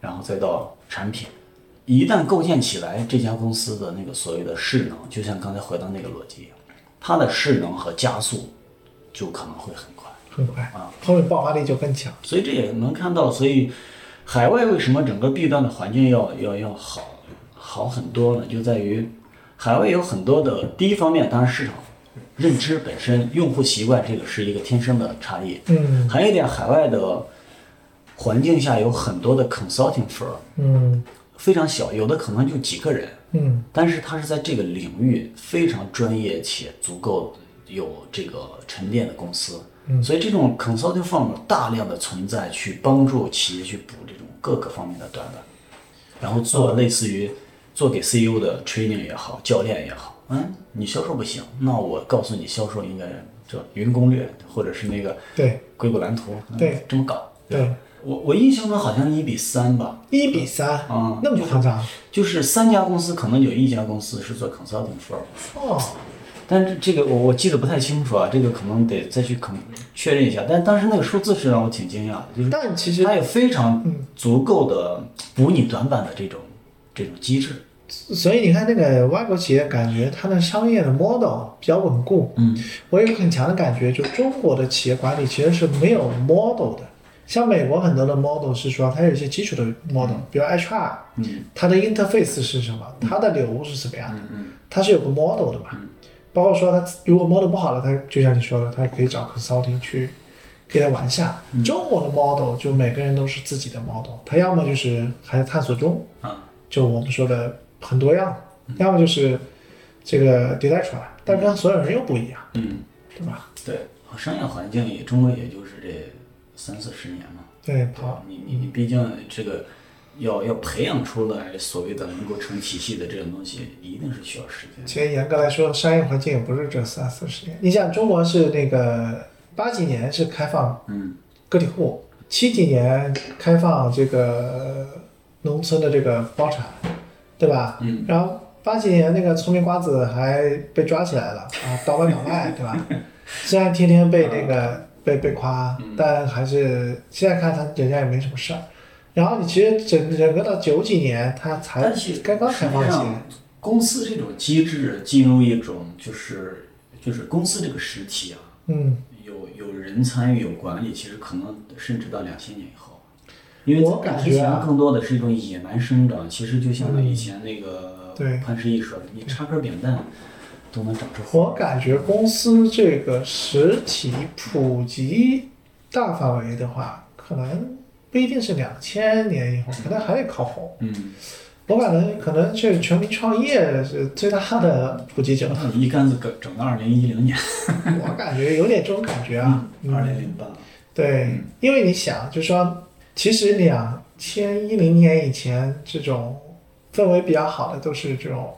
然后再到产品，一旦构建起来，这家公司的那个所谓的势能，就像刚才回到那个逻辑一样，它的势能和加速就可能会很快。很快，后面爆发力就更强。所以这也能看到，所以海外为什么整个 B 端的环境要要要好好很多呢？就在于海外有很多的第一方面，当然市场认知本身、用户习惯这个是一个天生的差异。嗯还有一点，海外的环境下有很多的 consulting firm，嗯非常小，有的可能就几个人，嗯但是它是在这个领域非常专业且足够有这个沉淀的公司，嗯所以这种 consulting firm 大量的存在，去帮助企业去补这种各个方面的短板，然后嗯做类似于做给 CEO 的 training 也好，教练也好，嗯，你销售不行，那我告诉你销售应该叫云攻略，或者是那个对硅谷蓝图，嗯对，这么搞。对，我我印象中好像一比三吧，一比三，嗯那么夸张？就是三家公司可能有一家公司是做 consulting firm，哦，但是这个我我记得不太清楚啊，这个可能得再去肯确认一下。但当时那个数字是让我挺惊讶的，就是但其实它有非常足够的补你短板的这种这种机制。所以你看，那个外国企业感觉它的商业的 model 比较稳固。嗯，我有一个很强的感觉，就中国的企业管理其实是没有 model 的。像美国很多的 model 是说，它有一些基础的 model，比如 HR，嗯它的 interface 是什么，它的流是什么样的，嗯它是有个 model 的嘛。包括说它如果 model 不好了，它就像你说的，它可以找 consulting 去给它完善。嗯中国的 model 就每个人都是自己的 model，它要么就是还在探索中，啊就我们说的很多样，要么就是这个迭代出来，但跟所有人又不一样，嗯，对吧？对，商业环境也中国也就是这三四十年嘛。对，对好，你你你毕竟这个要要培养出来所谓的能够成体系的这种东西，一定是需要时间。其实严格来说，商业环境也不是这三四十年。你想，中国是那个八几年是开放嗯个体户，七几年开放这个农村的这个包产，对吧？嗯然后八几年那个聪明瓜子还被抓起来了啊，倒卖倒卖，对吧？虽然天天被那个被被夸，但还是现在看他人家也没什么事儿。然后你其实整整个到九几年，他才但是刚刚开放实际起上来，公司这种机制进入一种就是就是公司这个实体啊，嗯。有有人参与有管理，其实可能甚至到两千年以后，因为我在感之觉啊嗯前更多的是一种野蛮生长，其实就像以前那个对潘石屹说的，你插根扁担都能长出花。我感觉公司这个实体普及大范围的话，可能不一定是两千年以后，可能还得靠后。嗯，我感觉可能这全民创业是最大的普及者， 一竿子整整到二零一零年，我感觉有点这种感觉啊。二零零八，对，因为你想，就说其实两千一零年以前这种氛围比较好的都是这种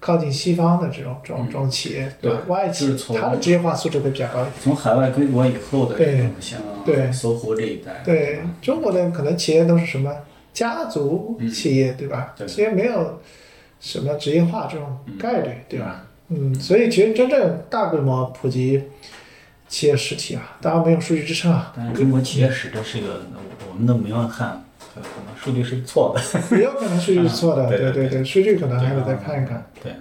靠近西方的这种这种这种企业，吧？对外就企是从它的职业化素质会比较高一点。从海外归国以后的这种像对搜狐这一代，对吧中国的可能企业都是什么家族企业，对吧？嗯对其实没有什么职业化这种概率，对吧？嗯，所以其实真正大规模普及企业实体啊，当然没有数据支撑 啊，但是中国企业史这是个我我们的门外汉，可能数据是错的。也有可能数据是错的，嗯对对对对，数据可能还得再看一看。对，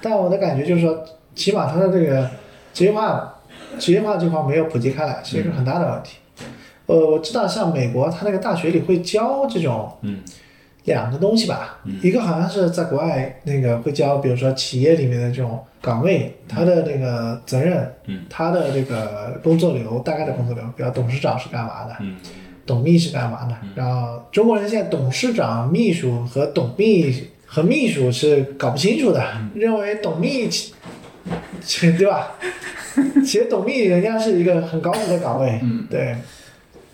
但我的感觉就是说，起码它的这个职业化、职业化这块没有普及开来，嗯是一个很大的问题。呃，我知道像美国，它那个大学里会教这种嗯两个东西吧，一个好像是在国外那个会教，比如说企业里面的这种岗位，它的这个责任，嗯它的这个工作流，大概的工作流，比如董事长是干嘛的，嗯董秘是干嘛的，然后中国人现在董事长、秘书和董秘和秘书是搞不清楚的，嗯认为董秘 其，其对吧？其实董秘人家是一个很高级的岗位，嗯对，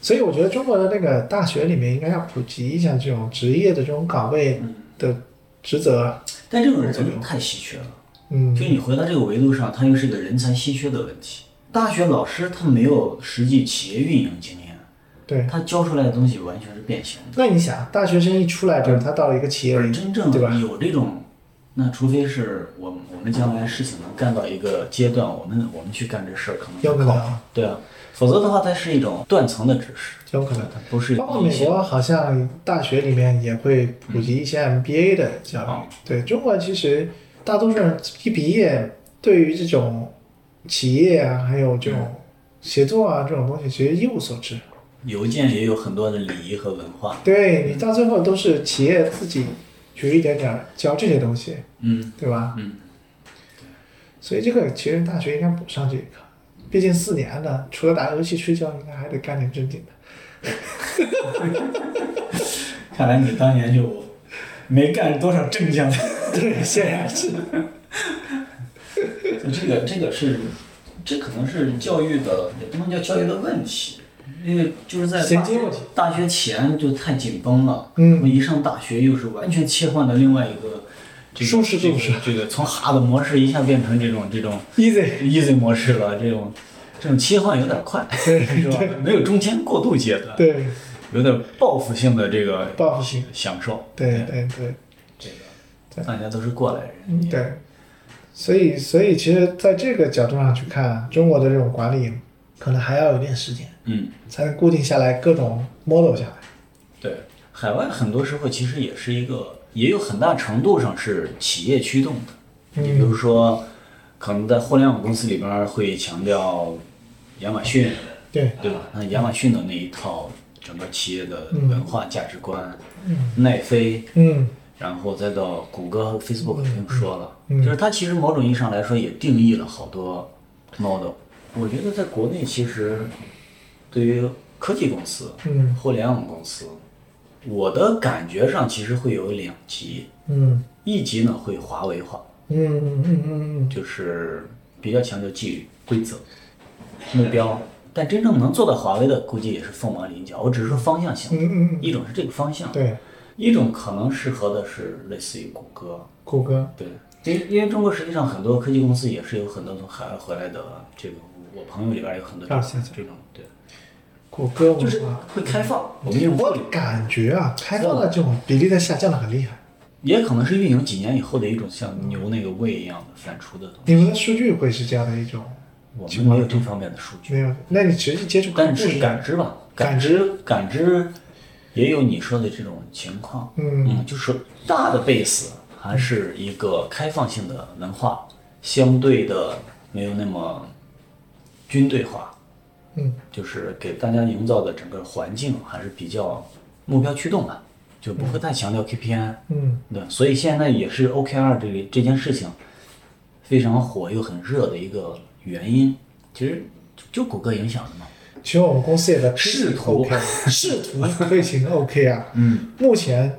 所以我觉得中国的那个大学里面应该要普及一下这种职业的这种岗位嗯，的职责，但这种人真的太稀缺了。嗯就你回到这个维度上，它又是一个人才稀缺的问题。大学老师他没有实际企业运营经验，对。他教出来的东西完全是变形的。那你想，大学生一出来之后，他到了一个企业而里，真正对吧？有这种，那除非是我们我们将来事情能干到一个阶段，我们我们去干这事儿可能有可能啊，对啊，否则的话它是一种断层的知识，有可能。它不是包括一美些国好像大学里面也会普及一些 MBA 的教育。嗯对中国其实大多数人一毕业，对于这种企业啊，还有这嗯种协作啊这种东西，其实一无所知。邮件也有很多的礼仪和文化。对你到最后都是企业自己去一点点儿教这些东西，嗯对吧？嗯，所以这个其实大学应该补上这一课，毕竟四年了，除了打游戏睡觉，应该还得干点正经的。 看来你当年就没干多少正经。对，显然是。就 这个这个是，这可能是教育的，也不能叫教育的问题，因为就是在衔大接学问题大学前就太紧绷了，嗯那么一上大学又是完全切换到另外一个。这个舒适这度个是这个从 hard 模式一下变成这种这种 Easy。 easy 模式了，这种这种切换有点快，对是吧？没有中间过渡阶段，对有点报复性的这个报复性享受，哎对对对这个大家都是过来人，对，所以，所以其实在这个角度上去看，啊中国的这种管理可能还要有点时间，嗯，才能固定下来各种 model 下来。对，海外很多时候其实也是一个，也有很大程度上是企业驱动嗯的。你比如说，可能在互联网公司里边儿会强调亚马逊，对，对吧？那亚马逊的那一套整个企业的嗯文化价值观，嗯奈飞，嗯然后再到谷歌和 Facebook 不用说了，嗯就是它其实某种意义上来说也定义了好多 model。我觉得在国内其实对于科技公司、嗯互联网公司，我的感觉上其实会有两级，嗯一级呢会华为化，嗯嗯嗯嗯就是比较强调纪律、规则、目标，但真正能做到华为的，估计也是凤毛麟角。我只是说方向性，嗯嗯，一种是这个方向，对，一种可能适合的是类似于谷歌，谷歌，对，因为因为中国实际上很多科技公司也是有很多从海外回来的，这个我朋友里边有很多这啊种行行这种对，谷歌就文是化，会开放，我们用我护理，感觉啊，开放的这种比例在下降的很厉害。也可能是运营几年以后的一种像牛那个胃一样的反刍的东西。你们的数据会是这样的一种我们没有这方面的数据，没有？那你实际接触客户但是感知吧，嗯感知感知也有你说的这种情况，嗯嗯，就是大的 base 还是一个开放性的文化，相对的没有那么军队化，嗯就是给大家营造的整个环境还是比较目标驱动的，就不会太强调 KPI。嗯对，所以现在也是 OKR 这个这件事情非常火又很热的一个原因，其实就谷歌影响的嘛。其实我们公司也在推行试图 OK，试图推行 OK 啊。嗯目前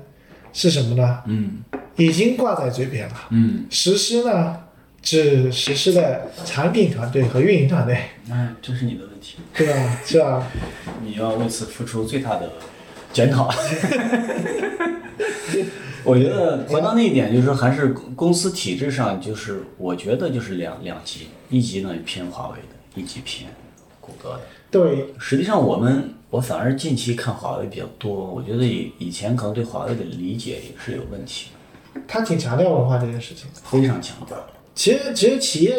是什么呢？嗯已经挂在嘴边了。嗯，实施呢，只实施在产品团队和运营团队，哎，这是你的问题，对吧？ 是吧？你要为此付出最大的检讨。我觉得回到那一点，就是说还是公司体制上，就是我觉得就是两两级，一级呢偏华为的，一级偏谷歌的。对，实际上，我们我反而近期看华为比较多，我觉得以以前可能对华为的理解也是有问题的，他挺强调文化这件事情。非常强调。其实，其实企业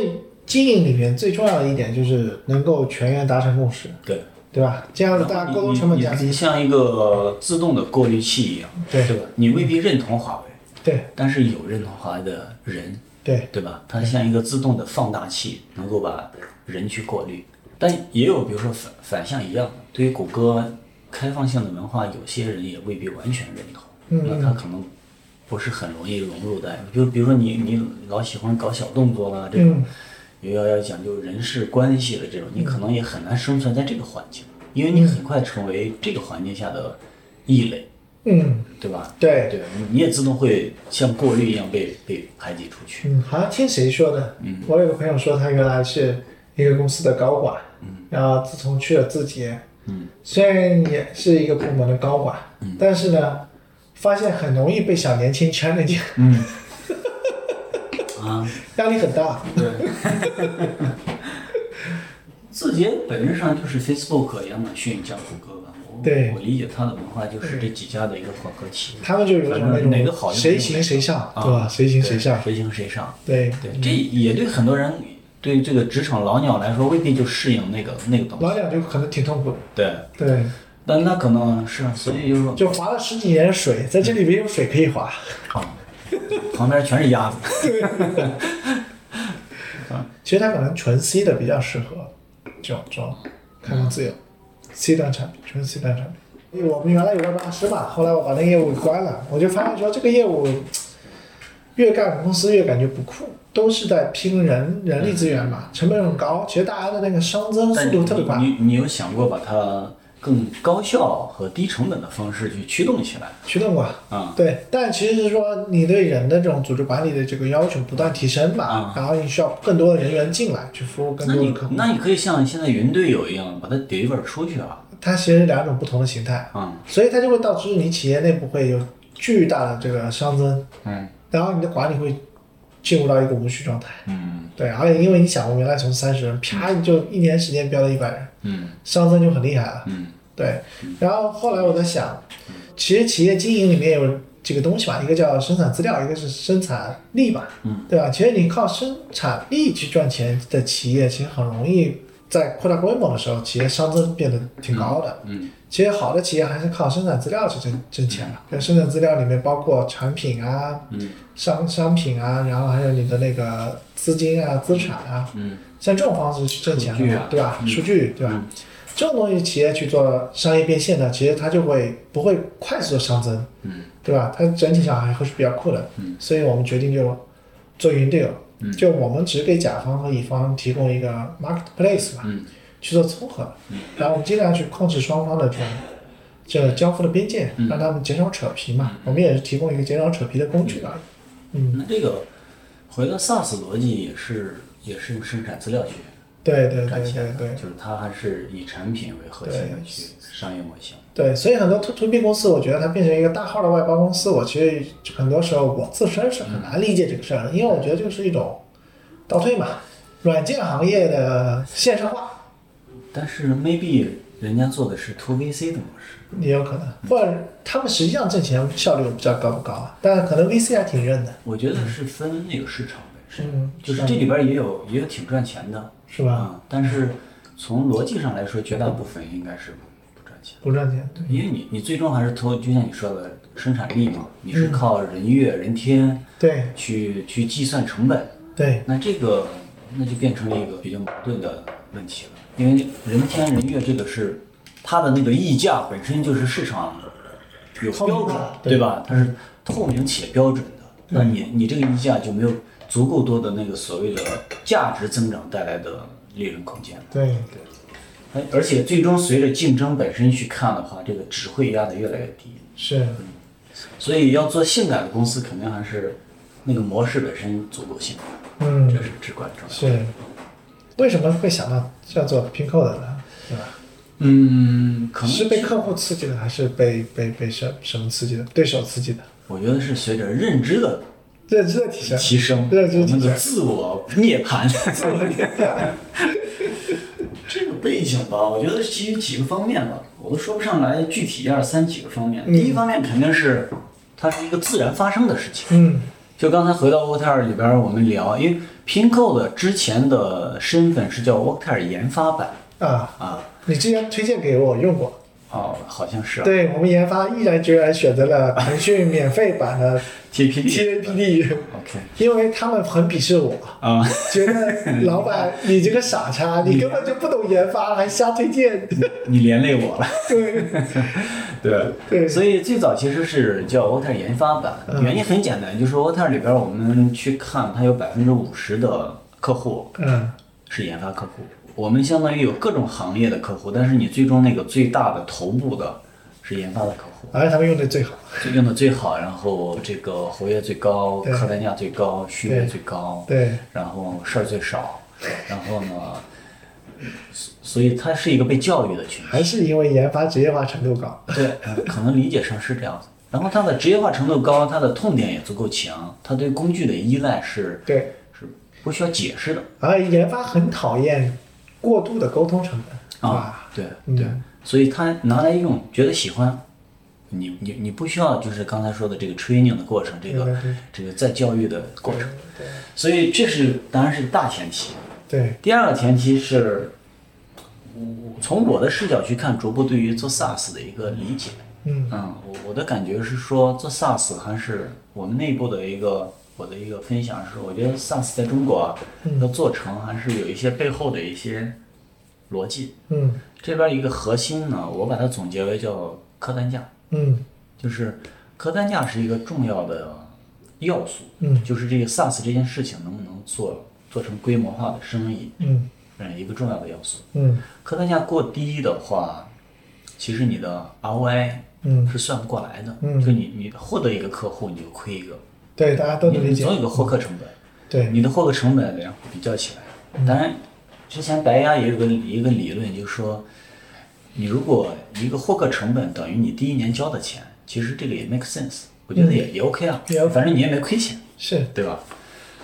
经营里面最重要的一点就是能够全员达成共识，对，对吧？这样子大家沟通成本降你低。像一个自动的过滤器一样，对吧？你未必认同华为，对但是有认同华为的人，对，对吧？它像一个自动的放大器，能够把人去过滤。但也有，比如说反反向一样，对于谷歌开放性的文化，有些人也未必完全认同，嗯那他可能不是很容易融入在。比如，比如说你你老喜欢搞小动作啊啦，这种嗯也要要讲究人事关系的这种，你可能也很难生存在这个环境，因为你很快成为这个环境下的异类，嗯，对吧？对对，你也自动会像过滤一样被被排挤出去。嗯，好像听谁说的？嗯我有个朋友说他原来是一个公司的高管，然后自从去了字节，嗯，虽然也是一个部门的高管，但是呢，发现很容易被小年轻圈内进，嗯，嗯啊，压力很大。对。字节本质上就是 Facebook、亚马逊加谷歌吧。我对我理解它的文化就是这几家的一个混合体。他们就有一种那反正哪个种好用谁行谁上，对吧？谁行谁上，嗯谁行谁上。对。对，这也对很多人，对这个职场老鸟来说，未必就适应那个那个东西。老蒋就可能挺痛苦的，对，对，但他可能是啊，所以就是说，就划了十几年的水，在这里没有水可以划。啊，旁边全是鸭 子。其实它可能纯 C 的比较适合这种这种开放自由 C 端产品，纯 C 端产品。因为我们原来有个大师嘛，后来我把那个业务给关了，我就发现说这个业务越干公司越感觉不酷，都是在拼人人力资源嗯嘛，成本很高。其实大家的那个熵增但速你度特别快。你你有想过把它更高效和低成本的方式去驱动起来？驱动过啊对，但其实是说你对人的这种组织管理的这个要求不断提升嘛，啊然后你需要更多的人员进来去服务更那多的你客户，那你可以像现在云队友一样，把它 deliver 出去啊。它其实是两种不同的形态，嗯所以它就会导致你企业内部会有巨大的这个熵增，嗯然后你的管理会进入到一个无序状态。嗯对，而且因为你想，我原来从三十人啪就一年时间飙到一百人，嗯熵增就很厉害了。嗯对，然后后来我在想，其实企业经营里面有几个东西吧，一个叫生产资料，一个是生产力吧，嗯，对吧？其实你靠生产力去赚钱的企业，其实很容易在扩大规模的时候，企业熵增变得挺高的。嗯，其实好的企业还是靠生产资料去挣挣钱的。就生产资料里面包括产品啊，嗯，商商品啊，然后还有你的那个资金啊、资产啊，嗯，像这种方式去挣钱数据的啊嗯话，对吧？数据，对吧？这种东西企业去做商业变现呢，其实它就会不会快速的上增，嗯，对吧？它整体上还会是比较酷的，嗯，所以我们决定就做云 deal，嗯就我们只给甲方和乙方提供一个 marketplace 嘛，嗯去做撮合，然后我们尽量去控制双方的这种这个交付的边界，让他们减少扯皮嘛。我们也是提供一个减少扯皮的工具而已。嗯那这个回到 SaaS 逻辑也是也是用生产资料去对对赚对钱对的，对就是它还是以产品为核心的去商业模型。对，所以很多 to to B 公司，我觉得它变成一个大号的外包公司，我其实很多时候我自身是很难理解这个事儿的，因为我觉得就是一种倒退嘛，软件行业的线上化。但是 maybe 人家做的是 to VC 的模式，也有可能，或者他们实际上挣钱效率我不知道高不高啊，但可能 VC 还挺认的，我觉得是分那个市场本身，嗯就是这里边也有也有挺赚钱的，是吧？啊、但是从逻辑上来说，绝大部分应该是不不赚钱。不赚钱，对因为你你最终还是投，就像你说的生产力嘛，你是靠人月人天嗯对去去计算成本，对那这个那就变成了一个比较矛盾的问题了，因为人天人月这个是它的那个溢价本身就是市场有标透明准的，对对吧？它是透明且标准的，那你你这个溢价就没有足够多的那个所谓的价值增长带来的利润空间了。对哎而且最终随着竞争本身去看的话，这个只会压得越来越低。是，嗯所以要做性感的公司，肯定还是那个模式本身足够性感，嗯这是至关重要的。是，为什么会想到这样做拼扣的呢？对吧？嗯，可能是被客户刺激的，还是被被被什什么刺激的？对手刺激的，我觉得是随着认知的认知的提升，提升，认知我们提升，的自我涅槃， 自我涅槃。这个背景吧，我觉得是基于几个方面吧，我都说不上来具体一二三几个方面。第一方面肯定是它是一个自然发生的事情。嗯就刚才回到 Workter 里边儿，我们聊，因为 Pinco 的之前的身份是叫 Workter 研发版啊，啊，你之前推荐给我用过，哦，好像是、啊、对我们研发毅然决然选择了腾讯免费版 的 TPD。 TAPD， OK 因为他们很鄙视我。啊、 觉得老板你这个傻叉，你根本就不懂研发，还瞎推荐。你连累我了。对 对对嗯所以最早其实是叫 Water 研发版，原因很简单，就是 Water 里边儿我们去看，它有百分之五十的客户嗯，是研发客户，我们相当于有各种行业的客户，但是你最终那个最大的头部的是研发的客户。而且他们用的最好。最用的最好，然后这个活跃最高，对客单价最高，续约最高，对，然后事儿最少，然后呢，所所以它是一个被教育的群体，还是因为研发职业化程度高。对，呃 可能理解上是这样子。然后它的职业化程度高，它的痛点也足够强，它对工具的依赖是对，是不需要解释的而研发很讨厌过度的沟通成本啊，对嗯对，所以它拿来用，觉得喜欢。你你你不需要，就是刚才说的这个 training 的过程，这对个对对这个再教育的过程，对所以这是当然是大前提。对，第二个前提是，我从我的视角去看，逐步对于做 SaaS 的一个理解。嗯嗯，我我的感觉是说，做 SaaS 还是我们内部的一个我的一个分享是，我觉得 SaaS 在中国啊，嗯要做成还是有一些背后的一些逻辑。嗯这边一个核心呢，我把它总结为叫客单价，嗯就是客单价是一个重要的要素。嗯就是这个 SaaS 这件事情能不能做做成规模化的生意，嗯嗯，一个重要的要素。嗯客单价过低的话，其实你的 ROI 嗯，是算不过来的，嗯就你你获得一个客户你就亏一个，对，大家都你能理你解总。有一个获客成本，对，你的获客成本然后比较起来，当然之前白鸭也有个一个理论，就是说你如果一个获客成本等于你第一年交的钱，其实这个也 make sense，我觉得也、也 OK 啊嗯也 OK，反正你也没亏钱。是，对吧？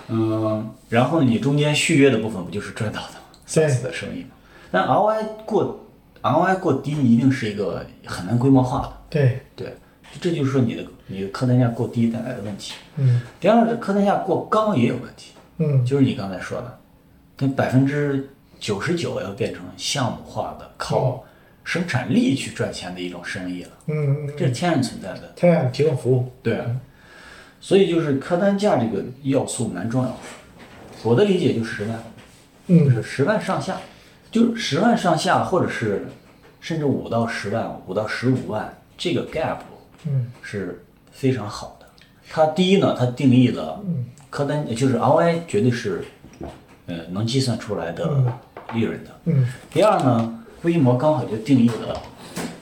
嗯，然后你中间续约的部分不就是赚到的吗？对 SaaS 的生意嘛。但 ROI 过 ROI 过低一定是一个很难规模化的，对对。这就是说你的你的客单价过低带来的问题。嗯第二，客单价过高也有问题，嗯就是你刚才说的，那百分之九十九要变成项目化的，靠生产力去赚钱的一种生意了，嗯嗯，这是天然存在的。天然提供服务。对啊，所以就是客单价这个要素蛮重要的。我的理解就十万，就嗯是十万上下，就是十万上下，或者是甚至五到十万、五到十五万这个 gap 嗯是非常好的。它第一呢，它定义了嗯客单，就是 ROI 绝对是，呃，能计算出来的利润的。嗯第二呢，规模刚好就定义了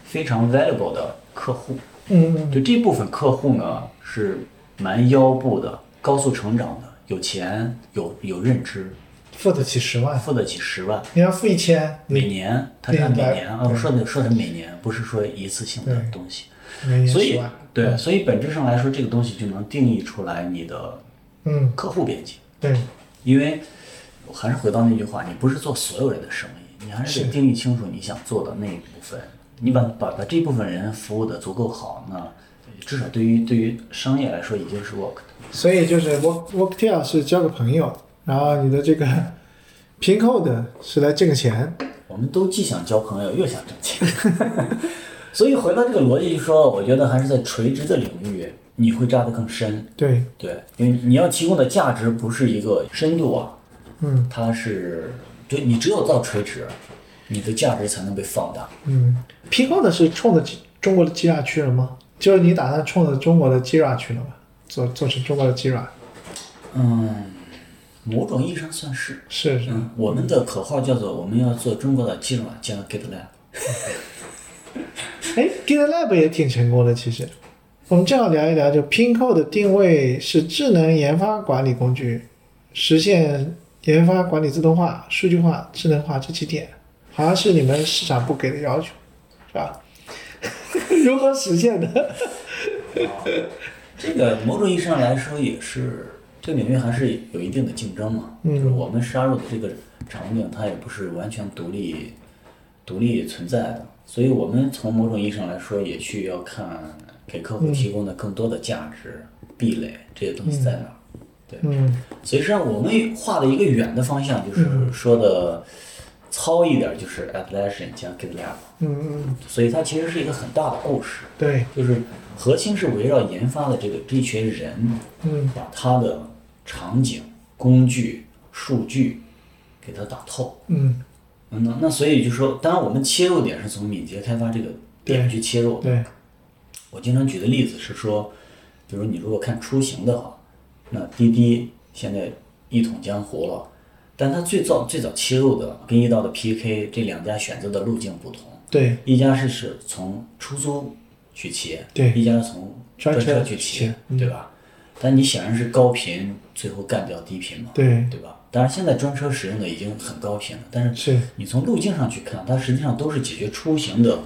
非常 valuable 的客户。嗯就这部分客户呢是蛮腰部的，高速成长的，有钱，有有认知，付得起十万，付得起十万。你要付一千，每你年，他是按每明白年啊，我说的说的每年，不是说一次性的东西。每年所十以万。，嗯对，所以本质上来说，这个东西就能定义出来你的嗯，客户边界。对，因为我还是回到那句话，你不是做所有人的生意，你还是得定义清楚你想做的那一部分。你把把把这部分人服务的足够好，那至少对于对于商业来说已经是 work 的。所以就是 work work deal 是交个朋友，然后你的这个 pin code 是来挣个钱。我们都既想交朋友又想挣钱， 所以回到这个逻辑就说，我觉得还是在垂直的领域你会扎得更深。对，对，因为你要提供的价值不是一个深度啊，嗯它是就你只有到垂直，你的价值才能被放大。嗯，pin code 是冲着中国的 Gira 去了吗？就是你打算冲着中国的 Gira 去了吗？做做成中国的 Gira 嗯，某种意义上算是。是是嗯，我们的口号叫做我们要做中国的基软加 GitLab。哎，GitLab 也挺成功的，其实。我们正好聊一聊，就 Pinco 的定位是智能研发管理工具，实现研发管理自动化、数据化、智能化这几点，好像是你们市场部给的要求，是吧？ 如何实现的？这个某种意义上来说也是这个领域还是有一定的竞争嘛。嗯就是我们杀入的这个场景，它也不是完全独立独立存在的，所以我们从某种意义上来说也去要看给客户提供的更多的价值、壁垒这些东西在哪儿。嗯所以实际上我们画了一个远的方向，就是说的糙一点，就是 Atlassian 加 GitLab，嗯嗯，所以它其实是一个很大的故事，对，就是核心是围绕研发的这个这群人，嗯把他的场景、工具、数据给它打透。嗯嗯，那那所以就说，当然我们切入点是从敏捷开发这个点对去切入。对，我经常举的例子是说，比如你如果看出行的话，那滴滴现在一统江湖了，但它最早最早切入的跟易到的 PK 这两家选择的路径不同，对一家是是从出租去切，对一家是从专专车去去嗯切对吧？但你显然是高频最后干掉低频嘛，对对吧？当然现在专车使用的已经很高频了，但是是，你从路径上去看，它实际上都是解决出行的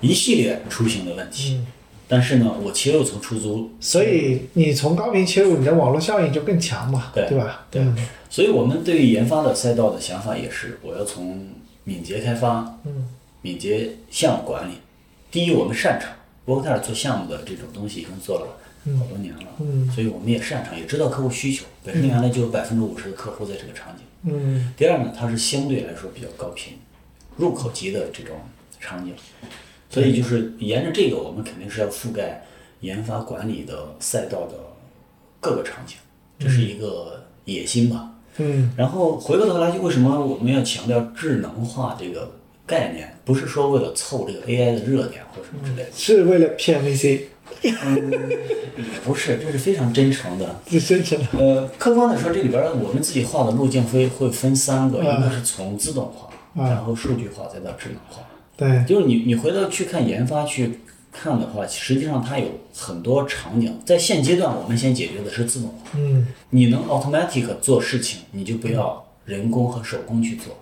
一系列出行的问嗯题。但是呢，我切入从出租，所以你从高频切入，你的网络效应就更强嘛，对对吧？对嗯所以我们对于研发的赛道的想法也是，我要从敏捷开发、嗯敏捷项目管理。第一，我们擅长，博克泰尔做项目的这种东西已经做了好多年了，嗯所以我们也擅长，也知道客户需求。北京原来就有百分之五十的客户在这个场景。嗯第二呢，它是相对来说比较高频、入口级的这种场景，所以就是沿着这个，我们肯定是要覆盖研发管理的赛道的各个场景，这是一个野心吧。嗯然后回过头来，就为什么我们要强调智能化这个概念？不是说为了凑这个 AI 的热点或什么之类的，是为了骗 VC，不是，这是非常真诚的。这真诚的。呃，客观的说，这里边儿我们自己画的路径会会分三个，一个是从自动化，然后数据化，再到智能化。对，就是你你回头去看研发去看的话，实际上它有很多场景，在现阶段我们先解决的是自动化。嗯你能 automatic 做事情，你就不要人工和手工去做。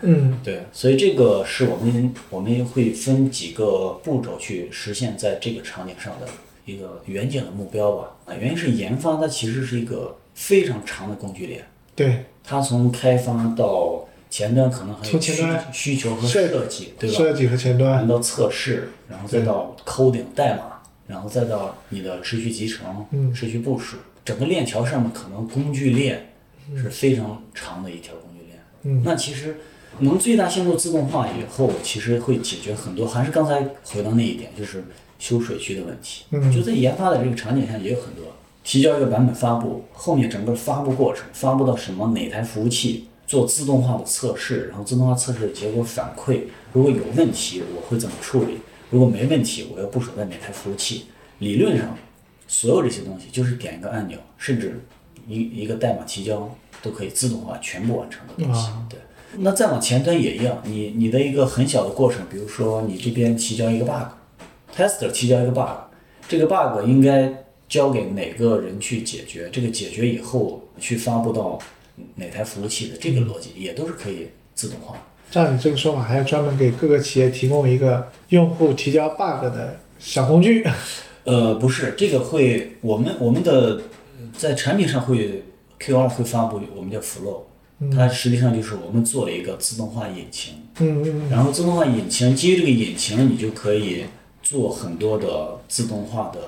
嗯对，所以这个是我们我们会分几个步骤去实现在这个场景上的一个远景的目标吧。啊，原因是研发它其实是一个非常长的工具链，对，它从开发到前端可能还有从前需端需求和设设计，对吧？设计和前端，到测试，然后再到 coding 代码，然后再到你的持续集成、嗯持续部署，整个链条上面可能工具链是非常长的一条工具链。嗯那其实能最大限度自动化以后，其实会解决很多，还是刚才回到那一点，就是修水区的问题。嗯就在研发的这个场景下也有很多，提交一个版本发布，后面整个发布过程，发布到什么哪台服务器做自动化的测试，然后自动化测试的结果反馈，如果有问题我会怎么处理，如果没问题我要部署在哪台服务器。理论上，所有这些东西就是点一个按钮，甚至一一个代码提交都可以自动化全部完成的东西。对，那再往前端也一样，你你的一个很小的过程，比如说你这边提交一个 bug，tester 提交一个 bug，这个 bug 应该交给哪个人去解决？这个解决以后去发布到哪台服务器的这个逻辑也都是可以自动化的。照你这个说法，还要专门给各个企业提供一个用户提交 bug 的小工具。呃，不是，这个会我们我们的呃在产品上会 Q 二会发布我们叫 Flow，、它实际上就是我们做了一个自动化引擎，嗯嗯然后自动化引擎基于这个引擎，你就可以做很多的自动化的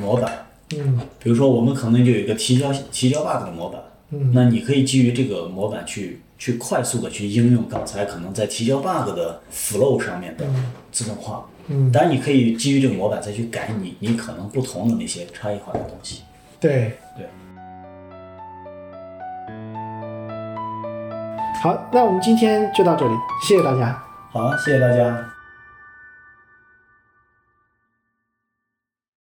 模板，嗯比如说我们可能就有一个提交提交 bug 的模板，嗯那你可以基于这个模板去去快速的去应用刚才可能在提交 bug 的 flow 上面的自动化，嗯，当然你可以基于这个模板再去改你你可能不同的那些差异化的东西。对对。好，那我们今天就到这里，谢谢大家。好，谢谢大家。